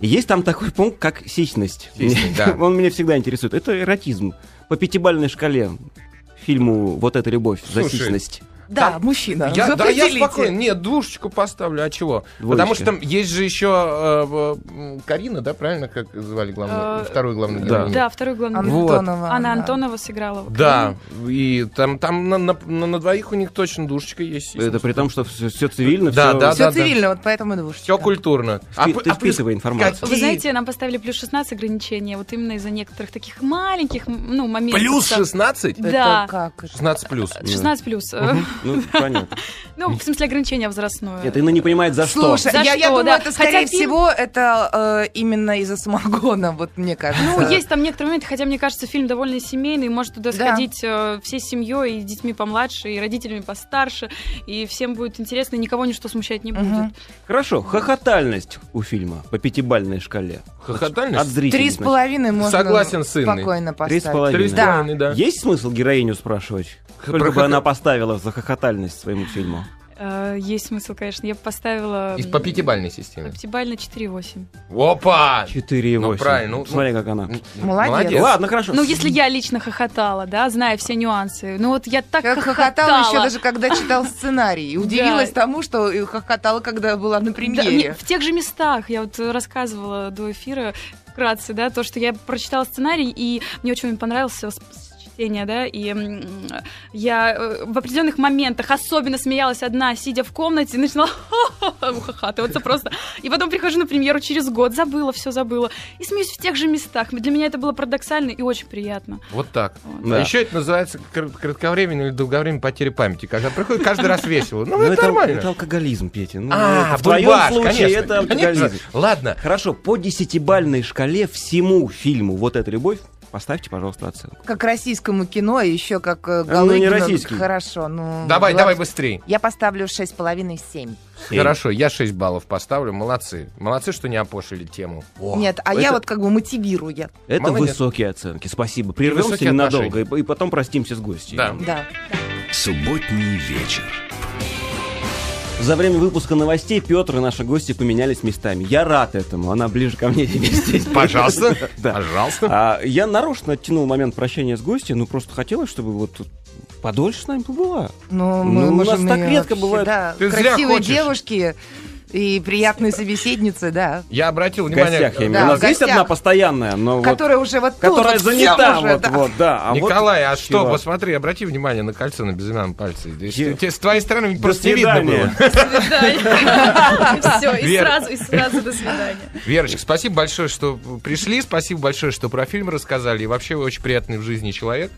C: Есть там такой пункт, как сисьность.
I: Сисьность, да.
C: Он меня всегда интересует. Это эротизм. По пятибалльной шкале фильму «Вот эта любовь» за
I: Слушай,
C: сисьность.
G: Да, мужчина.
I: Я, да, я
G: определите.
I: спокойно. Нет, двушечку поставлю. А чего?
C: Двоечки.
I: Потому что там есть же еще э, э, м, Карина, да, правильно, как звали главную,
H: Э,
I: вторую главную
C: да.
I: героиню?
H: Да, второй главный. герой.
G: Антонова.
H: Анна
G: да.
H: Антонова сыграла. вот
I: Да, и там, там на, на- на- на двоих у них точно душечка есть.
C: Это при том, что все, цивильно,
I: Да,
C: всё-
I: да,
G: Все
I: да.
G: цивильно, вот поэтому и двушечка.
I: Все культурно.
C: Впи-
I: п-
C: ты
I: а плюс
C: впитывай информацию.
I: какие-
H: Вы знаете, нам поставили плюс 16 ограничения, вот именно из-за некоторых таких маленьких, м, ну, моментов.
I: А Плюс
H: что-
I: 16?
G: Это
H: Да.
G: как? это?
I: 16 плюс.
H: 16 плюс. э,
C: Мгм, Ну, понятно.
H: Ну, в смысле ограничения возрастное.
C: Нет, Инна не понимает, за что.
G: Слушай,
H: За
G: я, я
H: что,
G: думаю,
H: да.
G: это, скорее
H: Хотя фильм-
G: всего, это э, именно из-за самогона, вот мне кажется.
H: Ну, есть там некоторые моменты, хотя, мне кажется, фильм довольно семейный, может туда
G: Да.
H: сходить э, всей семьей, и детьми помладше, и родителями постарше, и всем будет интересно, и никого ничто смущать не будет.
G: Мгм.
C: Хорошо, хохотальность у фильма по пятибалльной шкале.
I: Хохотальность?
C: От зрителей.
G: Три с
C: значит.
G: половиной можно
I: Согласен с Инной.
G: спокойно
C: Три
G: поставить.
C: с половиной.
I: Три с половиной, да.
C: Есть смысл героиню спрашивать? Сколько
I: про
C: бы
I: хохо-
C: она поставила за хохотальность своему фильму?
H: Э, Есть смысл, конечно. Я бы поставила...
I: Из- По пятибалльной
H: м,
I: системе.
H: по пятибалльной 4,8.
I: Опа!
C: 4,8.
I: Ну, правильно, ну,
C: Смотри, как она.
I: М,
G: Молодец.
C: Ладно, хорошо.
H: Ну, если я лично хохотала, да, зная все нюансы. Ну, вот я так
G: Как хохотала еще даже, когда читал сценарий. И Удивилась тому, что и хохотала, когда была на
H: Да, мне-
G: премьере.
H: в тех же местах. Я вот э, рассказывала до эфира вкратце, да, то, что я прочитала сценарий, и мне очень он понравился с- с чтения, да, и м, я э, в определенных моментах особенно смеялась одна, сидя в комнате, и начинала ухахатываться просто. И потом прихожу на премьеру через год, забыла, все забыла, и смеюсь в тех же местах. Для меня это было парадоксально и очень приятно.
I: Вот так.
C: Да.
I: А еще это называется кр- кратковременная или долговременная потеря памяти. Когда приходит каждый раз весело. Ну,
C: Ну,
I: это
C: Это
I: нормально.
C: алкоголизм, Петя. Ну,
I: А,
C: это в твоем
I: бульвар,
C: случае
I: конечно.
C: это
I: Конечно.
C: алкоголизм.
I: Ладно.
C: Хорошо, по десятибальной шкале всему фильму «Вот эта любовь» поставьте, пожалуйста, оценку.
G: Как российскому кино, и еще как э,
C: А, ну, не
G: Галыгину.
C: российский.
G: Хорошо, ну...
I: Давай,
G: ладно.
I: давай быстрее.
G: Я поставлю шесть с половиной семь.
I: Хорошо, я 6 баллов поставлю. Молодцы. Молодцы, что не опошили тему.
G: Нет, а я вот как бы мотивирую. я.
C: Это
I: Молодец.
C: высокие оценки, спасибо. Прервемся
I: Высокие
C: ненадолго и, и потом простимся с гостями.
I: Да.
G: Да.
A: Субботний вечер.
C: За время выпуска новостей Петр и наши гости поменялись местами. Я рад этому, она ближе ко мне теперь здесь.
I: Пожалуйста.
C: Да.
I: Пожалуйста.
C: А, я нарочно оттянул момент прощения с гостем, ну просто хотелось, чтобы вот тут подольше с нами побыла.
G: Ну,
C: Ну,
G: мы
C: у
G: можем
C: нас так
G: её
C: редко
G: вообще,
C: бывает.
G: Да,
I: Ты зря
G: красивые
I: хочешь.
G: девушки И приятные собеседницы, да.
I: Я обратил
C: В
I: внимание...
C: гостях, я имею.
G: Да,
C: У нас
G: в
C: есть
G: гостях.
C: одна постоянная, но вот-
G: Которая уже вот тут,
C: которая
G: вот всё
C: занята,
G: уже,
C: вот,
G: да.
C: вот, да. А вот
I: Николай, а что,
C: чего?
I: посмотри, обрати внимание на кольцо на безымянном пальце. Здесь-
C: Е-
I: те- С твоей стороны
C: До
I: просто не видно
C: свидания.
I: было.
H: Все, и
I: Вера.
H: сразу, и сразу до свидания.
I: Верочка, спасибо большое, что пришли, спасибо большое, что про фильм рассказали. И вообще вы очень приятный в жизни человек.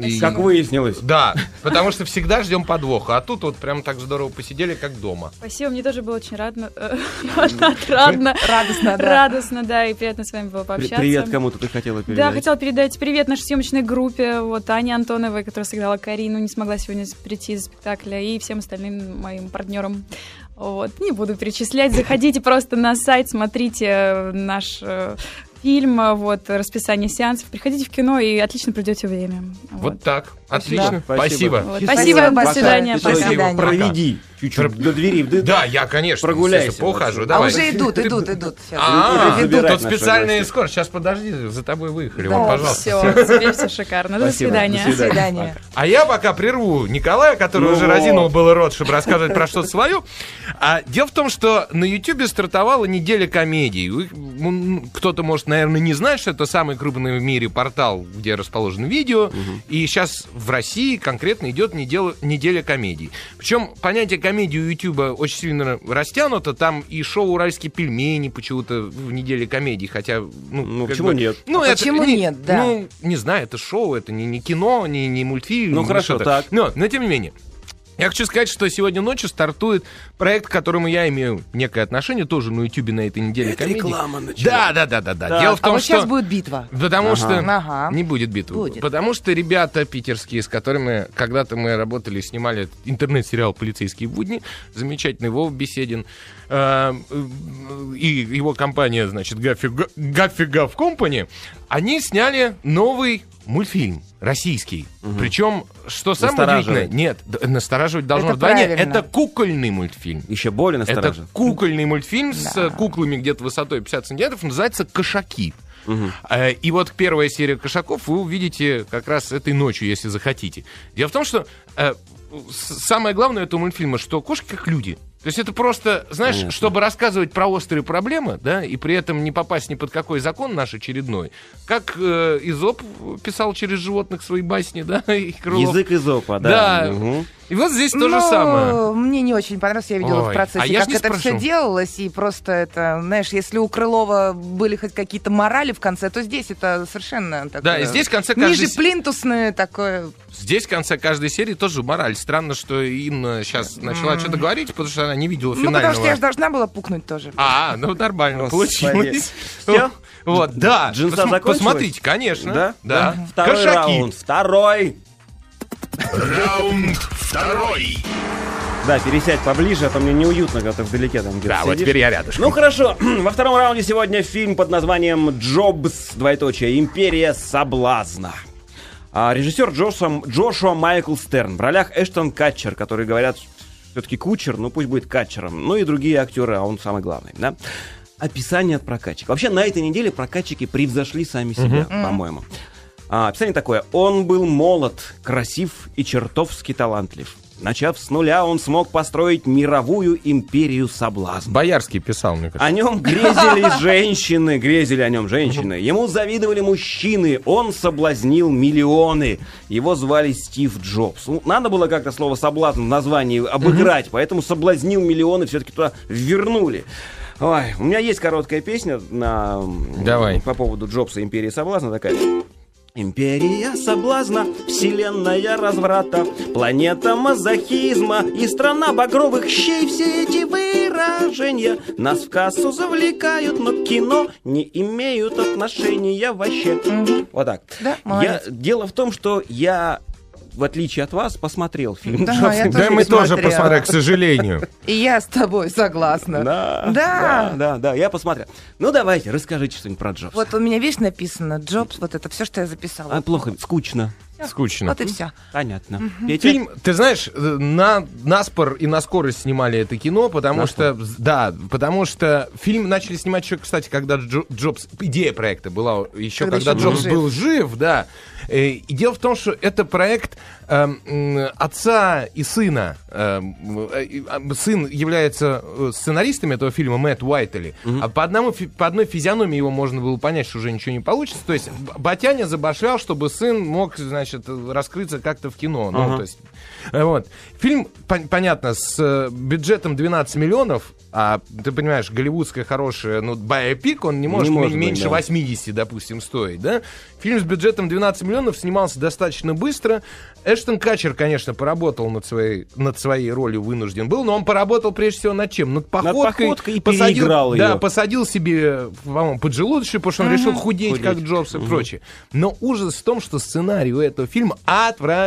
I: И-
C: Как выяснилось.
I: Да, потому что всегда ждем подвоха. А тут вот прям так здорово посидели, как дома.
H: Спасибо, мне тоже было очень радно, э, радно, радно,
G: Радостно, да.
H: радостно, да, и приятно с вами было
C: При-
H: пообщаться.
C: Привет кому-то ты хотела передать.
H: Да, хотела передать привет нашей съемочной группе, вот Ане Антоновой, которая сыграла Карину, не смогла сегодня прийти из спектакля, и всем остальным моим партнерам. Вот, не буду перечислять, заходите просто на сайт, смотрите э, наш э, фильм, э, вот, расписание сеансов, приходите в кино и отлично пройдете время.
I: Вот,
H: Вот.
I: так. Отлично. Спасибо.
H: Вот.
C: Спасибо.
H: Спасибо,
G: Спасибо.
H: до свидания.
C: Ты
H: пока.
C: сейчас его
G: Пока.
C: проведи чуть-чуть до двери. да-
I: Да, я, конечно,
C: Прогуляйся
I: естественно, поухажу.
C: вообще.
G: А
I: Давай.
G: уже идут, идут, идут. Сейчас.
I: А,
C: Идут забирать
I: тут
C: наши
I: специальные
C: гости.
I: скорость. Сейчас подожди, за тобой выехали.
G: Да,
I: Вот, пожалуйста.
H: Все, теперь все шикарно. До
C: Спасибо, до
H: свидания.
G: До свидания.
I: А я пока прерву Николая, который
C: Ну
I: уже
C: вот.
I: разинул был рот, чтобы рассказывать про что-то свое. А дело в том, что на Ютубе стартовала неделя комедий. Вы, м, Кто-то, может, наверное, не знает, что это самый крупный в мире портал, где расположено видео. И сейчас в России конкретно идет неделя, неделя комедий. Причем понятие комедии у Ютуба очень сильно растянуто. Там и шоу «Уральские пельмени» почему-то в неделе комедий, хотя... Ну,
C: Ну,
I: как
C: почему
I: бы-
C: нет?
I: Ну,
G: А почему
I: не-
G: нет, да.
I: Ну, не знаю, это шоу, это не, не кино, не, не мультфильм.
C: Ну,
I: не
C: хорошо,
I: что-то.
C: так.
I: Но, но тем не менее. Я хочу сказать, что сегодня ночью стартует проект, к которому я имею некое отношение, тоже на Ютубе на этой неделе комедии.
C: реклама
I: Да, да, да, да, да. Дело в
G: А
I: том,
G: вот
I: что
G: сейчас будет битва.
I: Потому что
G: Ага.
I: не будет битвы.
G: Будет.
I: Потому что ребята питерские, с которыми когда-то мы работали, и снимали интернет-сериал «Полицейские будни», замечательный Вов Беседин, э, и его компания, значит, Гаффи Га- Гаффи Гав Компани, они сняли новый мультфильм российский. Причем, что самое удивительное,
C: Настораживает.
I: нет, д- настораживать должно
G: Это
I: вдвойне,
G: правильно.
I: это кукольный мультфильм.
C: Еще более настораживает.
I: Это кукольный мультфильм с
G: Да.
I: э, куклами где-то высотой 50 сантиметров, называется «Кошаки». Э, И вот первая серия «Кошаков» вы увидите как раз этой ночью, если захотите. Дело в том, что э, с- самое главное этого мультфильма, что кошки как люди. То есть это просто, знаешь, чтобы рассказывать про острые проблемы, да, и при этом не попасть ни под какой закон наш очередной, как э, Изоп писал через животных свои басни, да, и Крылов.
C: Язык из опа, да.
I: Да.
C: Мгм.
I: И вот здесь то же
G: Ну,
I: самое.
G: Мне не очень понравилось, я видела
I: Ой,
G: в процессе,
I: а я ж
G: как
I: не
G: это все
I: спрошу.
G: делалось, и просто это, знаешь, если у Крылова были хоть какие-то морали в конце, то здесь это совершенно такое...
I: Да, и здесь в конце каждой
G: Ниже
I: се-
G: плинтусное такое...
I: Здесь в конце каждой серии тоже мораль. Странно, что Инна сейчас начала что-то говорить, потому что она не видела
G: Ну, потому что я
I: финального.
G: же должна была пукнуть тоже.
I: А, ну нормально,
C: Господи.
I: получилось.
C: Всё?
I: Вот, да.
C: Джинса
I: Посм-
C: закончилась?
I: Посмотрите, конечно.
C: Да?
I: Да.
C: Второй
I: Кошаки.
C: раунд. Второй.
A: Раунд второй.
C: Да, пересядь поближе, а то мне неуютно, когда ты вдалеке там где-то
I: Да, вот
C: сидишь.
I: теперь я рядышком.
C: Ну хорошо, во втором раунде сегодня фильм под названием «Джобс. Двоеточие. Империя соблазна». А, режиссер Джошуа, Джошуа Майкл Стерн. В ролях Эштон Катчер, которые говорят все-таки кучер, ну пусть будет катчером. Ну и другие актеры, а он самый главный. Да? Описание от прокачек. Вообще на этой неделе прокачики превзошли сами себя, по-моему. А, описание такое. Он был молод, красив и чертовски талантлив. Начав с нуля, он смог построить мировую империю соблазна.
I: Боярский писал, мне кажется.
C: О нем грезили женщины, грезили о нем женщины. Ему завидовали мужчины, он соблазнил миллионы. Его звали Стив Джобс. Ну, надо было как-то слово «соблазн» в названии обыграть, поэтому соблазнил миллионы, все-таки туда вернули. Ой, у меня есть короткая песня на... м,
I: Давай.
C: по поводу Джобса «Империи соблазна» такая. Империя соблазна, вселенная разврата, планета мазохизма и страна багровых щей. Все эти выражения нас в кассу завлекают, но к кино не имеют отношения вообще. Вот так.
G: Да,
C: я,
G: молодец.
C: дело в том, что я, в отличие от вас, посмотрел фильм
G: Да,
C: «Джобс»
G: я
C: и
G: тоже
I: Да, мы тоже
G: посмотрела.
I: посмотрели, к сожалению.
G: И я с тобой согласна.
C: Да,
G: Да.
C: да, да, да, я посмотрел. Ну давайте, расскажите что-нибудь про Джобса.
G: Вот у меня, видишь, написано Джобс, вот это все, что я записала.
C: А, плохо, скучно.
I: Скучно.
G: Вот и все.
C: Понятно. Петя?
I: Фильм, ты знаешь, э, на, на спор и на скорость снимали это кино, потому
C: На
I: что, да, потому что фильм начали снимать еще, кстати, когда Джо- Джобс, идея проекта была еще,
G: Когда
I: когда,
G: еще был
I: Джобс
G: жив.
I: был жив, да. Э, И дело в том, что это проект эм, м, отца и сына. Эм, э, и, а, Сын является э, сценаристом этого фильма Мэтт Уайтели. А по, одному, фи- по одной физиономии его можно было понять, что уже ничего не получится. То есть б- Батяня забашлял, чтобы сын мог, значит, раскрыться как-то в кино. Ну, то есть, э, вот. Фильм, пон- понятно, с э, бюджетом 12 миллионов, а ты понимаешь, голливудская хорошая, ну, биопик, он не может, м-
C: может быть,
I: меньше
C: да.
I: 80, допустим, стоить, да? Фильм с бюджетом 12 миллионов снимался достаточно быстро. Эштон Качер, конечно, поработал над своей, над своей ролью, вынужден был, но он поработал прежде всего над чем? Над походкой.
C: походкой и
I: посадил,
C: переиграл
I: Да,
C: её.
I: посадил себе, по-моему, поджелудочную, потому что он решил худеть, как Джобс и прочее. Но ужас в том, что сценарий у этого фильма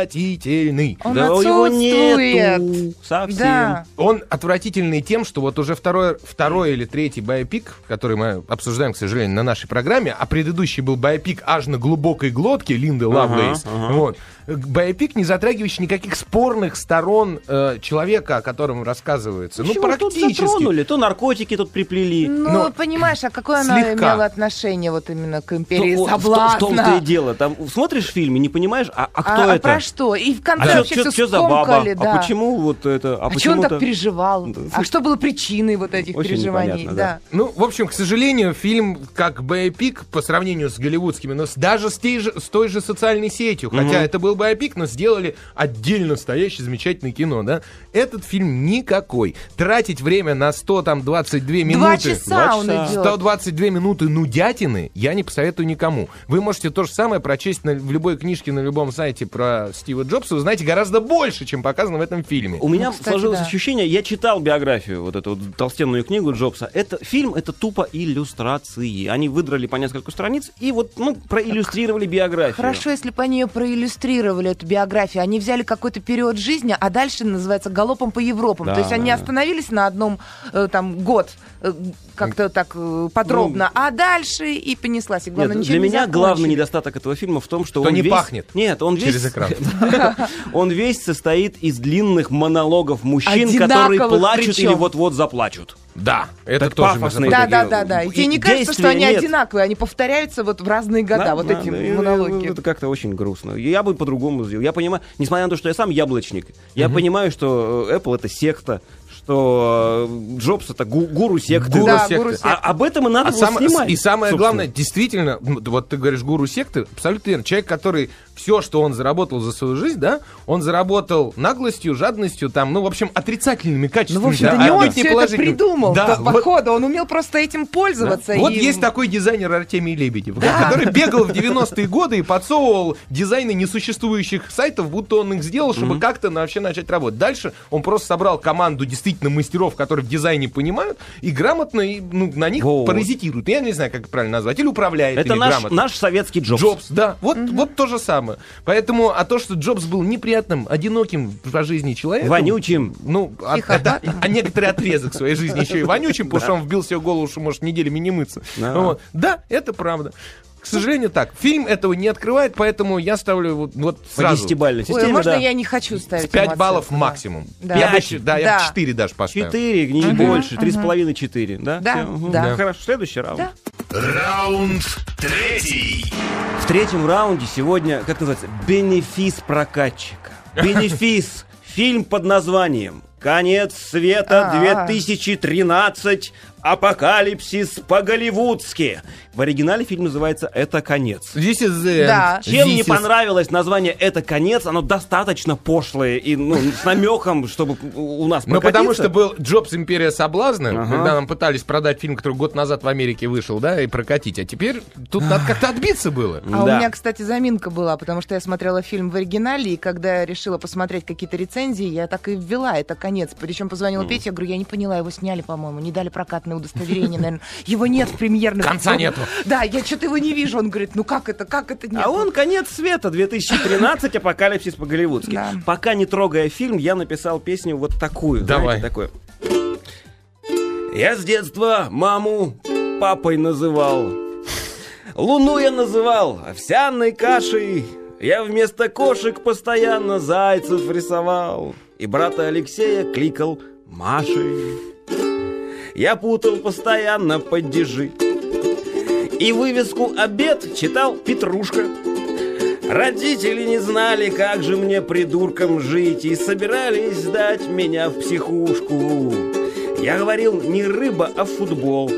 I: отвратительный.
G: Он
C: Да у него
G: отсутствует.
C: нету совсем.
G: Да.
I: Он отвратительный тем, что вот уже второй, второй или третий биопик, который мы обсуждаем, к сожалению, на нашей программе, а предыдущий был биопик аж на глубокой глотке Линды Лавлейс. Вот. Биопик, не затрагивающий никаких спорных сторон э, человека, о котором рассказывается. Ну,
C: Почему тут
I: практически.
C: затронули? То наркотики тут приплели.
G: Ну,
I: Но-
G: понимаешь, а какое она
I: Слегка.
G: имела отношение вот именно к империи
C: Ну, вот
G: соблазна?
C: В том- в том-то и дело. Там смотришь фильм и не понимаешь, а, а кто
G: а, а
C: это?
G: про что? И в конце
C: А
G: вообще
C: что,
G: всё
C: за баба?
G: скомкали, да.
C: А почему вот это? А,
G: А чё он так
C: почему-то-
G: переживал?
C: Да,
G: А что было причиной вот этих
C: Очень
G: переживаний?
C: непонятно,
G: Да.
C: да.
I: Ну, в общем, к сожалению, фильм как биопик по сравнению с голливудскими, но с- даже с, тей же- с той же социальной сетью, хотя это был биопик, но сделали отдельно стоящее замечательное кино, да? Этот фильм никакой. Тратить время на 100, там, 22 минуты...
G: Два часа
C: два
G: он
C: часа.
G: идет.
I: 122 минуты нудятины я не посоветую никому. Вы можете то же самое прочесть на- в любой книжке, на любом сайте про Стива Джобса. Вы знаете гораздо больше, чем показано в этом фильме.
C: У меня
G: Ну, кстати,
C: сложилось
G: да.
C: ощущение, я читал биографию, вот эту вот толстенную книгу Джобса. Это фильм, это тупо иллюстрации. Они выдрали по несколько страниц и вот, ну, проиллюстрировали биографию.
G: Хорошо, если бы они ее проиллюстрировали, эту биографию. Они взяли какой-то период жизни, а дальше называется «Галопом по Европам».
C: Да,
G: То есть они
C: да.
G: остановились на одном э, там год, э, как-то так э, подробно, а дальше и понеслась. И
C: Ну, Нет,
G: главное, ничего
C: для
G: не
C: меня
G: закончили.
C: главный недостаток этого фильма в том, что,
I: Что
C: он
I: не
C: весь-
I: пахнет
C: Нет, он весь...
I: через экран.
C: Он весь состоит из длинных монологов мужчин,
G: Одинаковых
C: которые плачут
G: причем.
C: или вот-вот заплачут.
I: Да, это
C: Так
I: тоже...
C: пафосные
G: Да,
C: такие.
G: да, да, да. И тебе не
C: И
G: кажется, что
C: действия
G: они
C: нет.
G: одинаковые, они повторяются вот в разные года,
C: Да,
G: вот
C: да,
G: эти
C: да, и-
G: монологи.
C: и Это как-то очень грустно. Я бы по-другому сделал. Я понимаю, несмотря на то, что я сам яблочник, я понимаю, что э, Apple это секта, что э, Джобс это гу- гуру секты.
I: Гуру
G: Да,
I: секты.
G: гуру
C: А
G: секты.
C: об этом и надо
I: А
C: было
I: сам-
C: снимать.
I: и самое
C: собственно.
I: главное, действительно, м, вот ты говоришь гуру секты, абсолютно верно. Человек, который все, что он заработал за свою жизнь, да, он заработал наглостью, жадностью, там, ну, в общем, отрицательными
G: Ну,
I: качествами.
G: в общем-то,
I: да,
G: не
I: а
G: он
I: отнюдь
G: все это
I: положительными.
G: придумал,
I: Да,
G: то,
I: вот-
G: походу, он умел просто этим пользоваться.
I: Вот
G: и-
I: есть такой дизайнер Артемий Лебедев, который бегал в 90-е годы и подсовывал дизайны несуществующих сайтов, будто он их сделал, чтобы как-то на- вообще начать работать. Дальше он просто собрал команду действительно мастеров, которые в дизайне понимают, и грамотно и, ну, на них
C: Вот.
I: паразитируют. Я не знаю, как это правильно назвать. Или управляет
C: Это
I: ими
C: наш,
I: грамотно.
C: наш советский Джобс.
I: Джобс, да, вот, вот то же самое. Поэтому, а то, что Джобс был неприятным, одиноким по жизни человеком...
C: Вонючим.
I: Ну, а, это- а некоторый отрезок своей жизни еще и вонючим, потому что он вбил себе в голову, что может неделями не мыться.
C: Да.
I: Вот. Да, это правда. К сожалению, так. Фильм этого не открывает, поэтому я ставлю вот, вот
C: По
I: сразу.
C: десятибалльной
G: Ой, а
C: системе,
G: можно
C: да.
G: я не хочу ставить
I: 5
G: им
I: баллов
G: оценку, да.
I: максимум.
G: Да.
I: Я бы
G: Пять?
I: ч- да, я бы
G: Да.
I: 4 даже поставил.
C: Четыре, не больше. Три с половиной, четыре. Да?
G: Да,
C: Всё, мгм.
G: да.
C: Хорошо, следующий раунд.
G: Да.
A: Раунд третий.
C: В третьем раунде сегодня, как называется, бенефис прокатчика. Бенефис. Фильм под названием «Конец света
G: А-а.
C: 2013. Апокалипсис по-голливудски». В оригинале фильм называется «Это конец».
I: This is the end.
G: Да.
C: Чем
I: This
C: не
I: is-
C: понравилось название «Это конец», оно достаточно пошлое и ну, с намеком, чтобы у нас
I: Ну, потому
C: прокатиться.
I: что был Джобс «Империя соблазна»,
C: Ага.
I: когда нам пытались продать фильм, который год назад в Америке вышел, да, и прокатить. А теперь тут надо как-то отбиться было.
G: А
C: Да.
G: у меня, кстати, заминка была, потому что я смотрела фильм в оригинале, и когда я решила посмотреть какие-то рецензии, я так и ввела, это конец. Причем позвонила Петя, я говорю, я не поняла, его сняли, по-моему, не дали прокатное удостоверение, наверное. Его нет в премьерных...
I: Конца нету.
G: Да, я что-то его не вижу. Он говорит, ну как это, как это нет?
C: А он «Конец света» 2013, «Апокалипсис по-голливудски».
G: Да.
C: Пока не трогая фильм, я написал песню вот такую.
I: Давай.
C: знаете, такую. Я с детства маму папой называл. Луну я называл овсяной кашей. Я вместо кошек постоянно зайцев рисовал. И брата Алексея кликал Машей. Я путал постоянно падежи. И вывеску «Обед» читал Петрушка. Родители не знали, как же мне придурком жить, и собирались сдать меня в психушку. Я говорил не рыба, а футбол.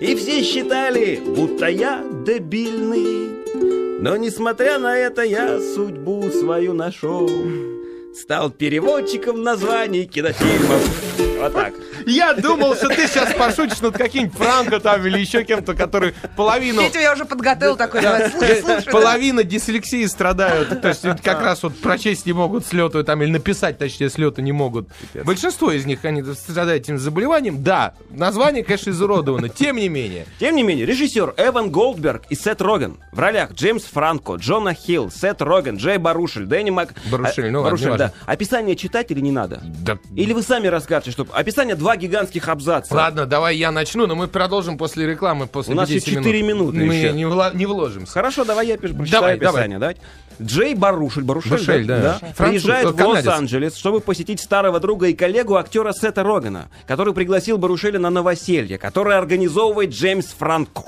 C: И все считали, будто я дебильный. Но несмотря на это, я судьбу свою нашел. Стал переводчиком названий кинофильмов. Вот так.
I: Я думал, что ты сейчас пошутишь над каким-нибудь Франко там или еще кем-то, который половину...
G: Я тебя уже подготовил такой, давай, слушай, слушай.
I: Половина дислексии страдают, то есть как раз вот прочесть не могут слету там, или написать, точнее, слету не могут. Большинство из них, они страдают этим заболеванием. Да, название, конечно, изуродовано, тем не менее.
C: Тем не менее, режиссер Эван Голдберг и Сет Роген в ролях Джеймс Франко, Джона Хилл, Сет Роген, Джей Барушель, Дэнни Мак... А,
I: Барушель, ну ладно, неважно.
C: да. Описание читателей не надо.
I: Да.
C: Или вы сами расскажете, что описание два гигантских абзаца.
I: Ладно, давай я начну, но мы продолжим после рекламы, после
C: У нас еще
I: 50 минут.
C: четыре минуты
I: Мы
C: еще.
I: не вла- не вложимся.
C: Хорошо, давай я пишу, прочитаю
I: давай.
C: описание. Давай. Джей Барушель, Барушель,
I: Барушель, да. Француз,
C: приезжает
I: э,
C: в
I: канадец.
C: Лос-Анджелес, чтобы посетить старого друга и коллегу актера Сета Рогана, который пригласил Барушеля на новоселье, которое организовывает Джеймс Франко.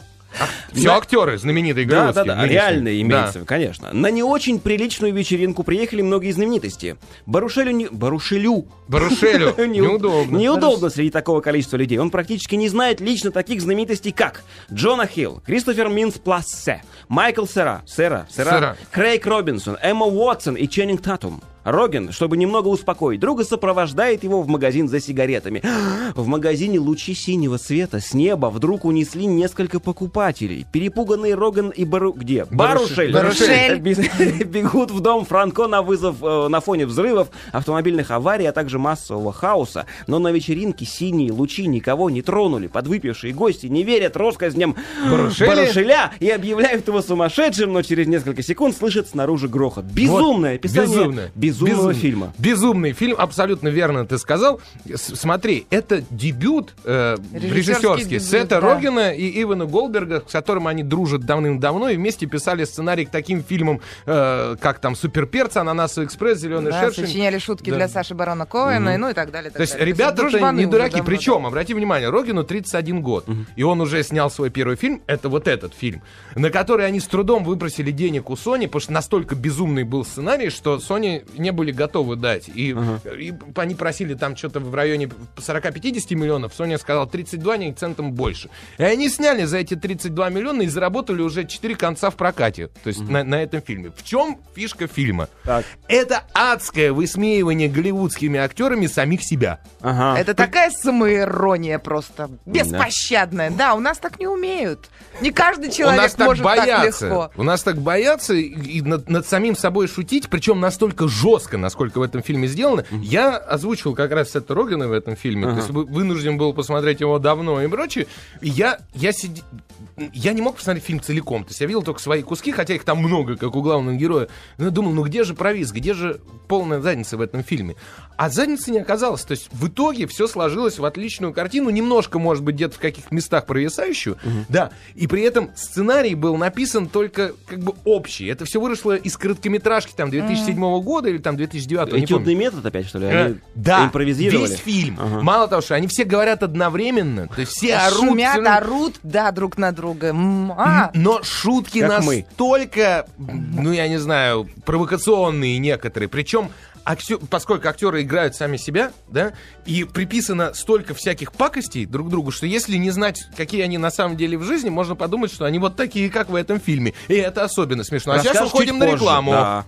I: Все актеры знаменитые
C: Да, да,
I: голливудские,
C: да,
I: нынешние.
C: реальные имеется,
I: Да.
C: конечно. На не очень приличную вечеринку приехали многие знаменитости. Барушелю не... Барушелю
I: Барушелю
C: Неуд-
I: неудобно.
C: Неудобно среди такого количества людей. Он практически не знает лично таких знаменитостей, как Джона Хилл, Кристофер Минс Плассе, Майкл Сера, Сера, Сера,
I: Сера.
C: Крейг Робинсон, Эмма Уотсон и Ченнинг Татум. Роген, чтобы немного успокоить друга, сопровождает его в магазин за сигаретами. В магазине лучи синего света с неба вдруг унесли несколько покупателей. Перепуганные Роган и Бару... Где? Барушель.
G: Барушель.
I: Барушель.
C: Без- Бегут в дом Франко на вызов э, на фоне взрывов, автомобильных аварий, а также массового хаоса. Но на вечеринке синие лучи никого не тронули. Подвыпившие гости не верят россказням
I: Барушели?
C: Барушеля и объявляют его сумасшедшим, но через несколько секунд слышат снаружи грохот. Безумное
I: Вот,
C: описание
I: безумное.
C: безумного
I: Безумный.
C: фильма.
I: Безумный фильм, абсолютно верно ты сказал. С- смотри, это дебют э,
G: Режиссерский
I: режиссерский
G: дебют, да.
I: Сета Рогена и Ивана Голдберга, с которым они дружат давным-давно и вместе писали сценарий к таким фильмам, э, как там «Суперперцы», «Ананасовый экспресс», «Зеленый
G: Да,
I: шершень».
G: сочиняли шутки
I: Да.
G: для Саши Барона Коэна, ну и так далее. так
I: То есть
G: далее.
I: ребята-то
G: дружбаны
I: не
G: уже
I: дураки.
G: давно.
I: Причем, обрати внимание, Рогину 31 год. И он уже снял свой первый фильм. Это вот этот фильм. На который они с трудом выпросили денег у Sony, потому что настолько безумный был сценарий, что Sony не были готовы дать. И, и они просили там что-то в районе 40-50 миллионов. Sony сказал 32, они центом больше. И они сняли за эти 32 миллиона и заработали уже 4 конца в прокате. То есть на, на этом фильме. В чем фишка фильма?
C: Так.
I: Это адское высмеивание голливудскими актерами самих себя.
C: Ага.
G: Это такая самоирония просто. Беспощадная. Да, у нас так не умеют. Не каждый
I: у нас
G: человек
I: так
G: может так
I: боятся.
G: легко.
I: У нас так боятся и- и над, над самим собой шутить, причем настолько жестко, насколько в этом фильме сделано. Я озвучивал как раз Сета Рогана в этом фильме, то есть вы- вынужден был посмотреть его давно и прочее. И я, я, сиди- я не мог посмотреть фильм целиком, то есть я видел только свои куски, хотя их там много, как у главного героя. Но я думал, ну где же провис, где же полная задница в этом фильме? А задницы не оказалось. То есть в итоге все сложилось в отличную картину, немножко, может быть, где-то в каких местах провисающую, да. И при этом сценарий был написан только как бы общий. Это все выросло из короткометражки там 2007 года или там 2009, не помню.
C: Этюдный метод опять, что ли?
I: Э,
C: Они
I: да,
C: импровизировали?
I: весь фильм. Мало того, что они все говорят одновременно, то есть все орут.
G: Шумят,
I: всё равно.
G: орут, да, друг на друга. М, а.
I: Н- Но шутки
C: Как мы.
I: настолько, ну я не знаю, провокационные некоторые. Причем, актё- поскольку актеры играют сами себя, да, и приписано столько всяких пакостей друг другу, что если не знать, какие они на самом деле в жизни, можно подумать, что они вот такие, как в этом фильме. И это особенно смешно. А сейчас
C: Расскажешь
I: уходим
C: чуть
I: на
C: позже,
I: рекламу.
C: да.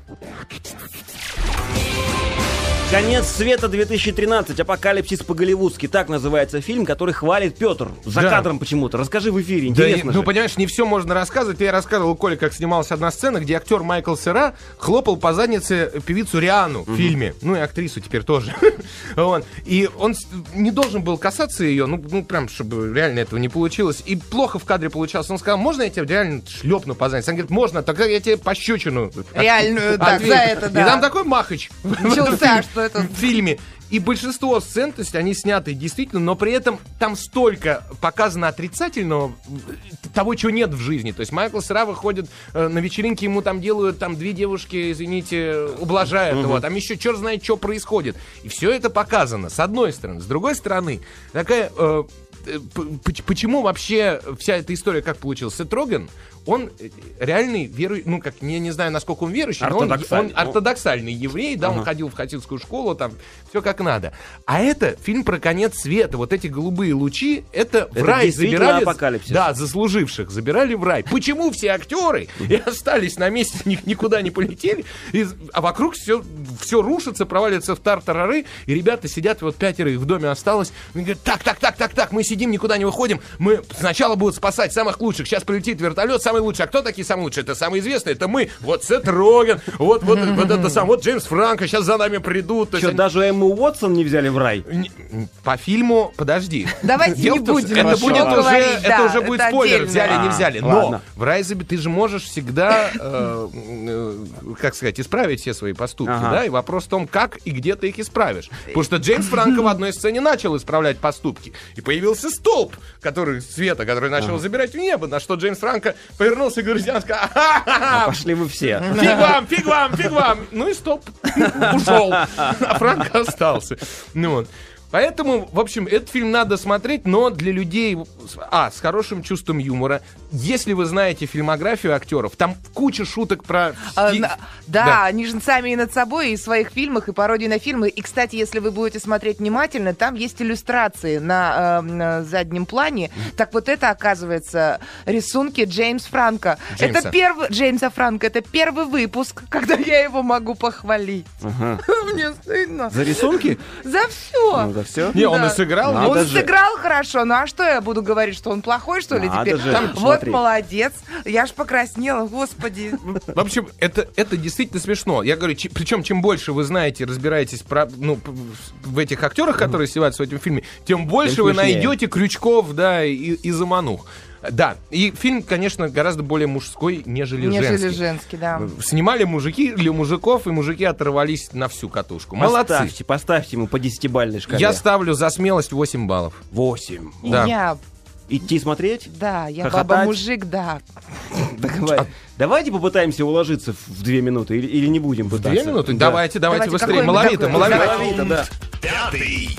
C: Конец света 2013. Апокалипсис по-голливудски. Так называется фильм, который хвалит Петр. За
I: Да.
C: кадром почему-то. Расскажи в эфире,
I: Да
C: интересно.
I: не-
C: же.
I: ну, понимаешь, не все можно рассказывать. Я рассказывал Коле, как снималась одна сцена, где актер Майкл Сера хлопал по заднице певицу Риану в фильме. Ну и актрису теперь тоже. Вот. И он с- не должен был касаться ее, ну, ну, прям, чтобы реально этого не получилось. И плохо в кадре получалось. Он сказал, можно я тебя реально шлепну по заднице? Она говорит, можно, тогда я тебе пощечину.
G: Реальную, так,
I: отвечу».
G: за это, да.
I: И там такой махач.
G: Начался, что это...
I: в фильме. И большинство сцен, то есть они сняты действительно, но при этом там столько показано отрицательного, э, того, чего нет в жизни. То есть Майкл Сера выходит э, на вечеринке, ему там делают, там две девушки, извините, ублажают его, там еще черт знает, что происходит. И все это показано, с одной стороны. С другой стороны, такая э, э, п- поч- почему вообще вся эта история как получилась? Сет Роген, он э, реальный верующий, ну, как, я не знаю, насколько он верующий, но он-
C: Ортодоксальный.
I: он ортодоксальный еврей, да, он
C: Ага.
I: ходил в хатинскую школу, там, все как надо. А это фильм про конец света, вот эти голубые лучи, это, в
C: Это
I: рай
C: действительно
I: забирали...
C: апокалипсис.
I: Да, заслуживших забирали в рай. Почему все актеры и остались на месте, ни- никуда не полетели, и- а вокруг все, все рушится, провалится в тартарары, и ребята сидят, вот пятеро их в доме осталось, и говорят, так, так, так, так, так, мы сидим, никуда не выходим, мы сначала будут спасать самых лучших, сейчас прилетит вертолет, самый лучший, а кто такие самые лучшие? Это самые известные, это мы, вот Сет Роген, вот, вот, вот это сам, вот Джеймс Франко, сейчас за нами придут. То есть
C: Чё,
I: они-
C: даже Эмму Уотсон не взяли в рай?
I: Н- н- По фильму, подожди.
G: Давайте
I: Дело
G: не
I: в том, что
G: будем
I: Это
G: ничего
I: будет уже,
G: говорить,
I: это
G: да,
I: уже будет
G: это
I: спойлер,
G: отдельно.
I: взяли, не
C: А,
I: взяли. Но
C: ладно.
I: в Райзабе ты же можешь всегда, э, э, как сказать, исправить все свои поступки,
C: Ага.
I: да? И вопрос в том, как и где ты их исправишь. Потому что Джеймс Франко в одной сцене начал исправлять поступки. И появился столб, который света, который начал забирать в небо, на что Джеймс Франко повернулся и говорит, сказал, «Ха-ха-ха,
C: Пошли вы все.
I: Фиг вам, фиг вам, фиг вам. Ну и стоп. Ушел. А Франк остался. Ну вот. Поэтому, в общем, этот фильм надо смотреть, но для людей, с- а, с хорошим чувством юмора. Если вы знаете фильмографию актеров, там куча шуток про...
G: А,
I: сти-
G: на- Да, они же сами и над собой, и в своих фильмах, и пародии на фильмы. И, кстати, если вы будете смотреть внимательно, там есть иллюстрации на, э, на заднем плане. Так вот это, оказывается, рисунки Джеймс Франка.
I: Джеймса.
G: Это первый... Джеймса Франка. Это первый выпуск, когда я его могу похвалить. Мне стыдно.
C: За рисунки?
G: За все.
C: Ну, за все.
I: Не, он
G: да.
I: и сыграл.
C: Надо
I: но-
G: Он
C: же.
G: сыграл хорошо, ну а что я буду говорить, что он плохой, что ли,
C: Надо
G: теперь?
C: же,
G: Там- вот
C: смотри.
G: молодец, я ж покраснела, господи.
I: В общем, это, это действительно смешно. Я говорю, причем чем больше вы знаете, разбираетесь про, ну, п- в этих актерах, которые снимаются в этом фильме, тем больше
C: Тем
I: вы
C: смешнее.
I: найдете крючков, да, и, и заманух. Да, и фильм, конечно, гораздо более мужской, нежели,
G: Нежели
I: женский.
G: женский, да.
I: Снимали мужики для мужиков, и мужики оторвались на всю катушку. Молодцы.
C: Поставьте, поставьте ему по десятибальной шкале.
I: Я ставлю за смелость 8 баллов.
C: Восемь.
G: И
I: Да.
G: Я,
C: Идти смотреть?
G: да, я
C: Хохотать.
G: баба-мужик, да.
C: Давай. Давайте попытаемся уложиться в в две минуты или, или не будем пытаться.
I: Две минуты?
C: Да.
I: Давайте, давайте,
G: Давайте,
I: быстрее.
G: какой-нибудь
I: Маловито,
G: такой.
I: маловито.
G: Давайте.
C: Малавита, да.
A: Пятый.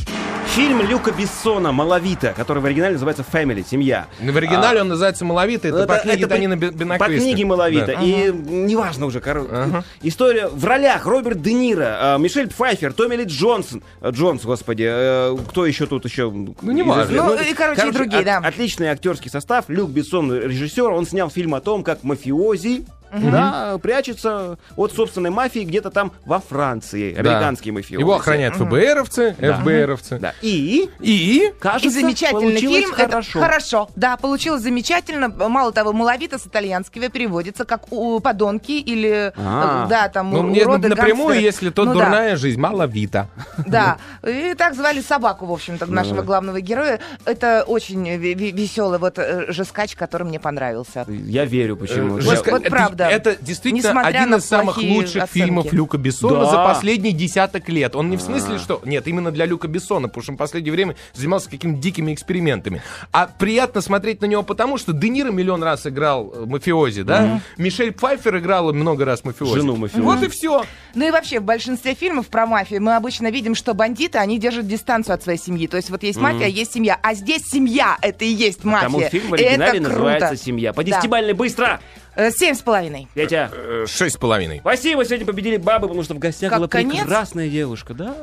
C: Фильм Люка Бессона «Маловита», который в оригинале называется «Family», «Семья».
I: В оригинале он называется «Маловито». Это, по книге
C: при-
I: Танина
C: Ну, По книге Маловита.
I: Да.
C: И неважно уже, короче. История в ролях Роберт Де Ниро, э, Мишель Пфайфер, Томми Ли Джонсон. э, Джонс, господи. э, кто еще тут еще? Ну,
I: неважно.
G: Ну, и, короче, и другие, да.
C: Отличный актерский состав. Люк Бессон, режиссер, он снял фильм о том, как мафиози да, прячется от собственной мафии где-то там во Франции. Американский мафиози.
I: Его охраняют ФБРовцы,
C: Да.
I: ФБРовцы.
C: Да. И,
I: И
G: И
C: кажется,
G: замечательный
C: получилось
G: фильм. это-
C: хорошо.
G: хорошо. Да, получилось замечательно. Мало того, маловито с итальянского переводится как у подонки или
C: А.
G: э, да, там
I: ну,
G: у-
I: мне
G: уроды,
I: напрямую,
G: гангстеры.
I: если то
G: Ну да.
I: дурная жизнь, маловита.
G: Да, и так звали собаку, в общем-то, нашего главного героя. Это очень веселый вот э, же скач, который мне понравился.
C: Я верю, почему.
I: Э,
C: Я-
I: Жестко.
G: вот
I: Это-
G: правда.
I: Это действительно
G: Несмотря
I: один
G: на
I: из самых
G: плохие
I: лучших
G: оценки.
I: фильмов Люка Бессона
C: Да.
I: за последние десяток лет. Он не в смысле, что... Нет, именно для Люка Бессона, потому что он в последнее время занимался какими-то дикими экспериментами. А приятно смотреть на него потому, что Де Ниро миллион раз играл э, мафиози, да? Мишель Пфайфер играла много раз мафиози.
C: Жену мафиози.
I: Вот и все.
G: Ну и вообще, в большинстве фильмов про мафию мы обычно видим, что бандиты, они держат дистанцию от своей семьи. То есть вот есть мафия, есть семья. А здесь семья, это и есть мафия.
C: Потому фильм в
G: И это
C: оригинале
G: круто.
C: называется «Семья». По
G: Да.
C: десятибальной быстро!
G: Э, Семь с половиной.
C: Петя,
I: Э, Шесть с половиной.
C: спасибо, сегодня победили бабы, потому что в гостях
G: Как
C: была
G: конец?
C: прекрасная девушка, да?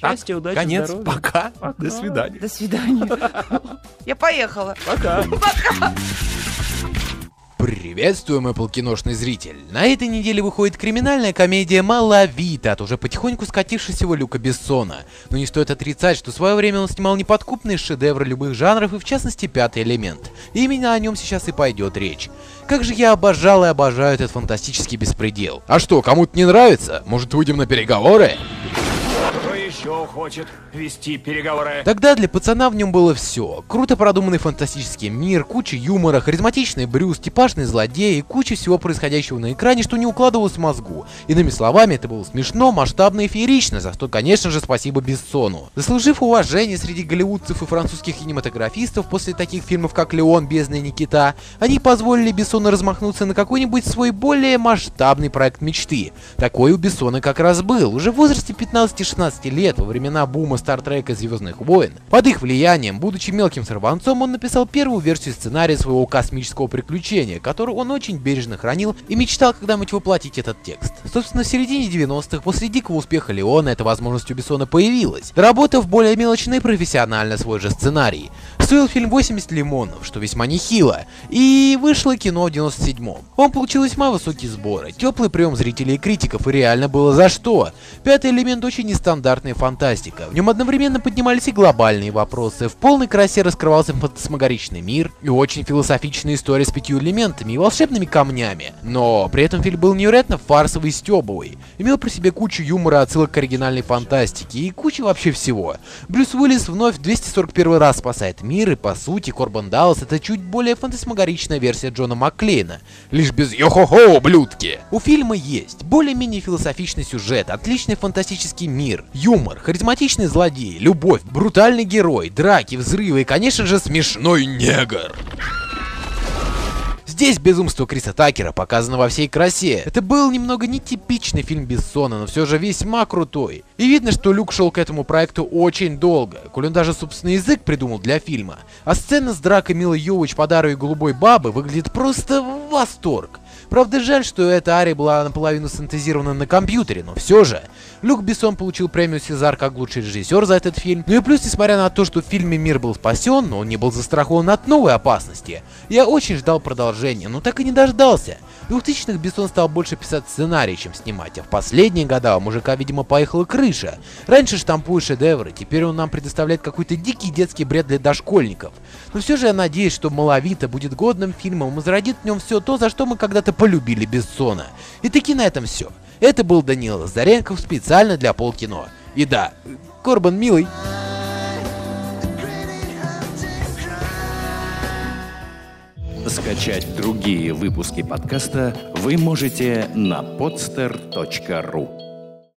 I: Так,
C: Счастья, удачи,
I: Конец.
C: здоровья.
I: Пока. До свидания.
G: До свидания. Я поехала.
D: Приветствуем, Apple киношный зритель! На этой неделе выходит криминальная комедия «Малавита» от уже потихоньку скатившегося Люка Бессона. Но не стоит отрицать, что в свое время он снимал неподкупные шедевры любых жанров и в частности «Пятый элемент». И именно о нем сейчас и пойдет речь. Как же я обожал и обожаю этот фантастический беспредел. А что, кому-то не нравится? Может выйдем на переговоры?
K: Кто еще хочет вести переговоры?
D: Тогда для пацана в нем было все. Круто продуманный фантастический мир, куча юмора, харизматичный Брюс, типажный злодей и куча всего происходящего на экране, что не укладывалось в мозгу. Иными словами, это было смешно, масштабно и феерично, за что, конечно же, спасибо Бессону. Заслужив уважение среди голливудцев и французских кинематографистов после таких фильмов, как «Леон», «Бездна» и «Никита», они позволили Бессону размахнуться на какой-нибудь свой более масштабный проект мечты. Такой у Бессона как раз был. Уже в возрасте 15-16 лет лет, во времена бума Стартрека и Звездных войн. Под их влиянием, будучи мелким сорванцом, он написал первую версию сценария своего космического приключения, который он очень бережно хранил и мечтал когда-нибудь воплотить этот текст. Собственно, в середине 90-х, после дикого успеха Леона, эта возможность у Бессона появилась, доработав более мелочно и профессионально свой же сценарий. Стоил фильм 80 лимонов, что весьма нехило, и вышло кино в 97-м. Он получил весьма высокие сборы, теплый прием зрителей и критиков, и реально было за что. Пятый элемент очень нестандартная фантастика. В нем одновременно поднимались и глобальные вопросы, в полной красе раскрывался фантасмагоричный мир и очень философичная история с пятью элементами и волшебными камнями. Но при этом фильм был невероятно фарсовый и стебовый, имел при себе кучу юмора, отсылок к оригинальной фантастике и кучу вообще всего. Брюс Уиллис вновь 241 раз спасает мир, и по сути Корбан Даллас это чуть более фантасмагоричная версия Джона Макклейна, лишь без йо-хо-хо, ублюдки. У фильма есть более-менее философичный сюжет, отличный фантастический мир, юмор, харизматичный злодей, любовь, брутальный герой, драки, взрывы и, конечно же, смешной негр. Здесь безумство Криса Такера показано во всей красе. Это был немного нетипичный фильм Бессона, но все же весьма крутой. И видно, что Люк шел к этому проекту очень долго, коль он даже собственный язык придумал для фильма. А сцена с дракой Милы Йович по дару и голубой бабы выглядит просто в восторг. Правда, жаль, что эта ария была наполовину синтезирована на компьютере, но все же. Люк Бессон получил премию Сезар как лучший режиссер за этот фильм. Ну и плюс, несмотря на то, что в фильме мир был спасен, но он не был застрахован от новой опасности. Я очень ждал продолжения, но так и не дождался. В 2000-х Бессон стал больше писать сценарий, чем снимать, а в последние года у мужика, видимо, поехала крыша. Раньше штампуя шедевры, теперь он нам предоставляет какой-то дикий детский бред для дошкольников. Ну Но все же я надеюсь, что «Маловито» будет годным фильмом и зародит в нем все то, за что мы когда-то полюбили Бессона. И таки на этом все. Это был Данила Заренков специально для Полкино. И да, Корбан милый.
F: Скачать другие выпуски подкаста вы можете на podster.ru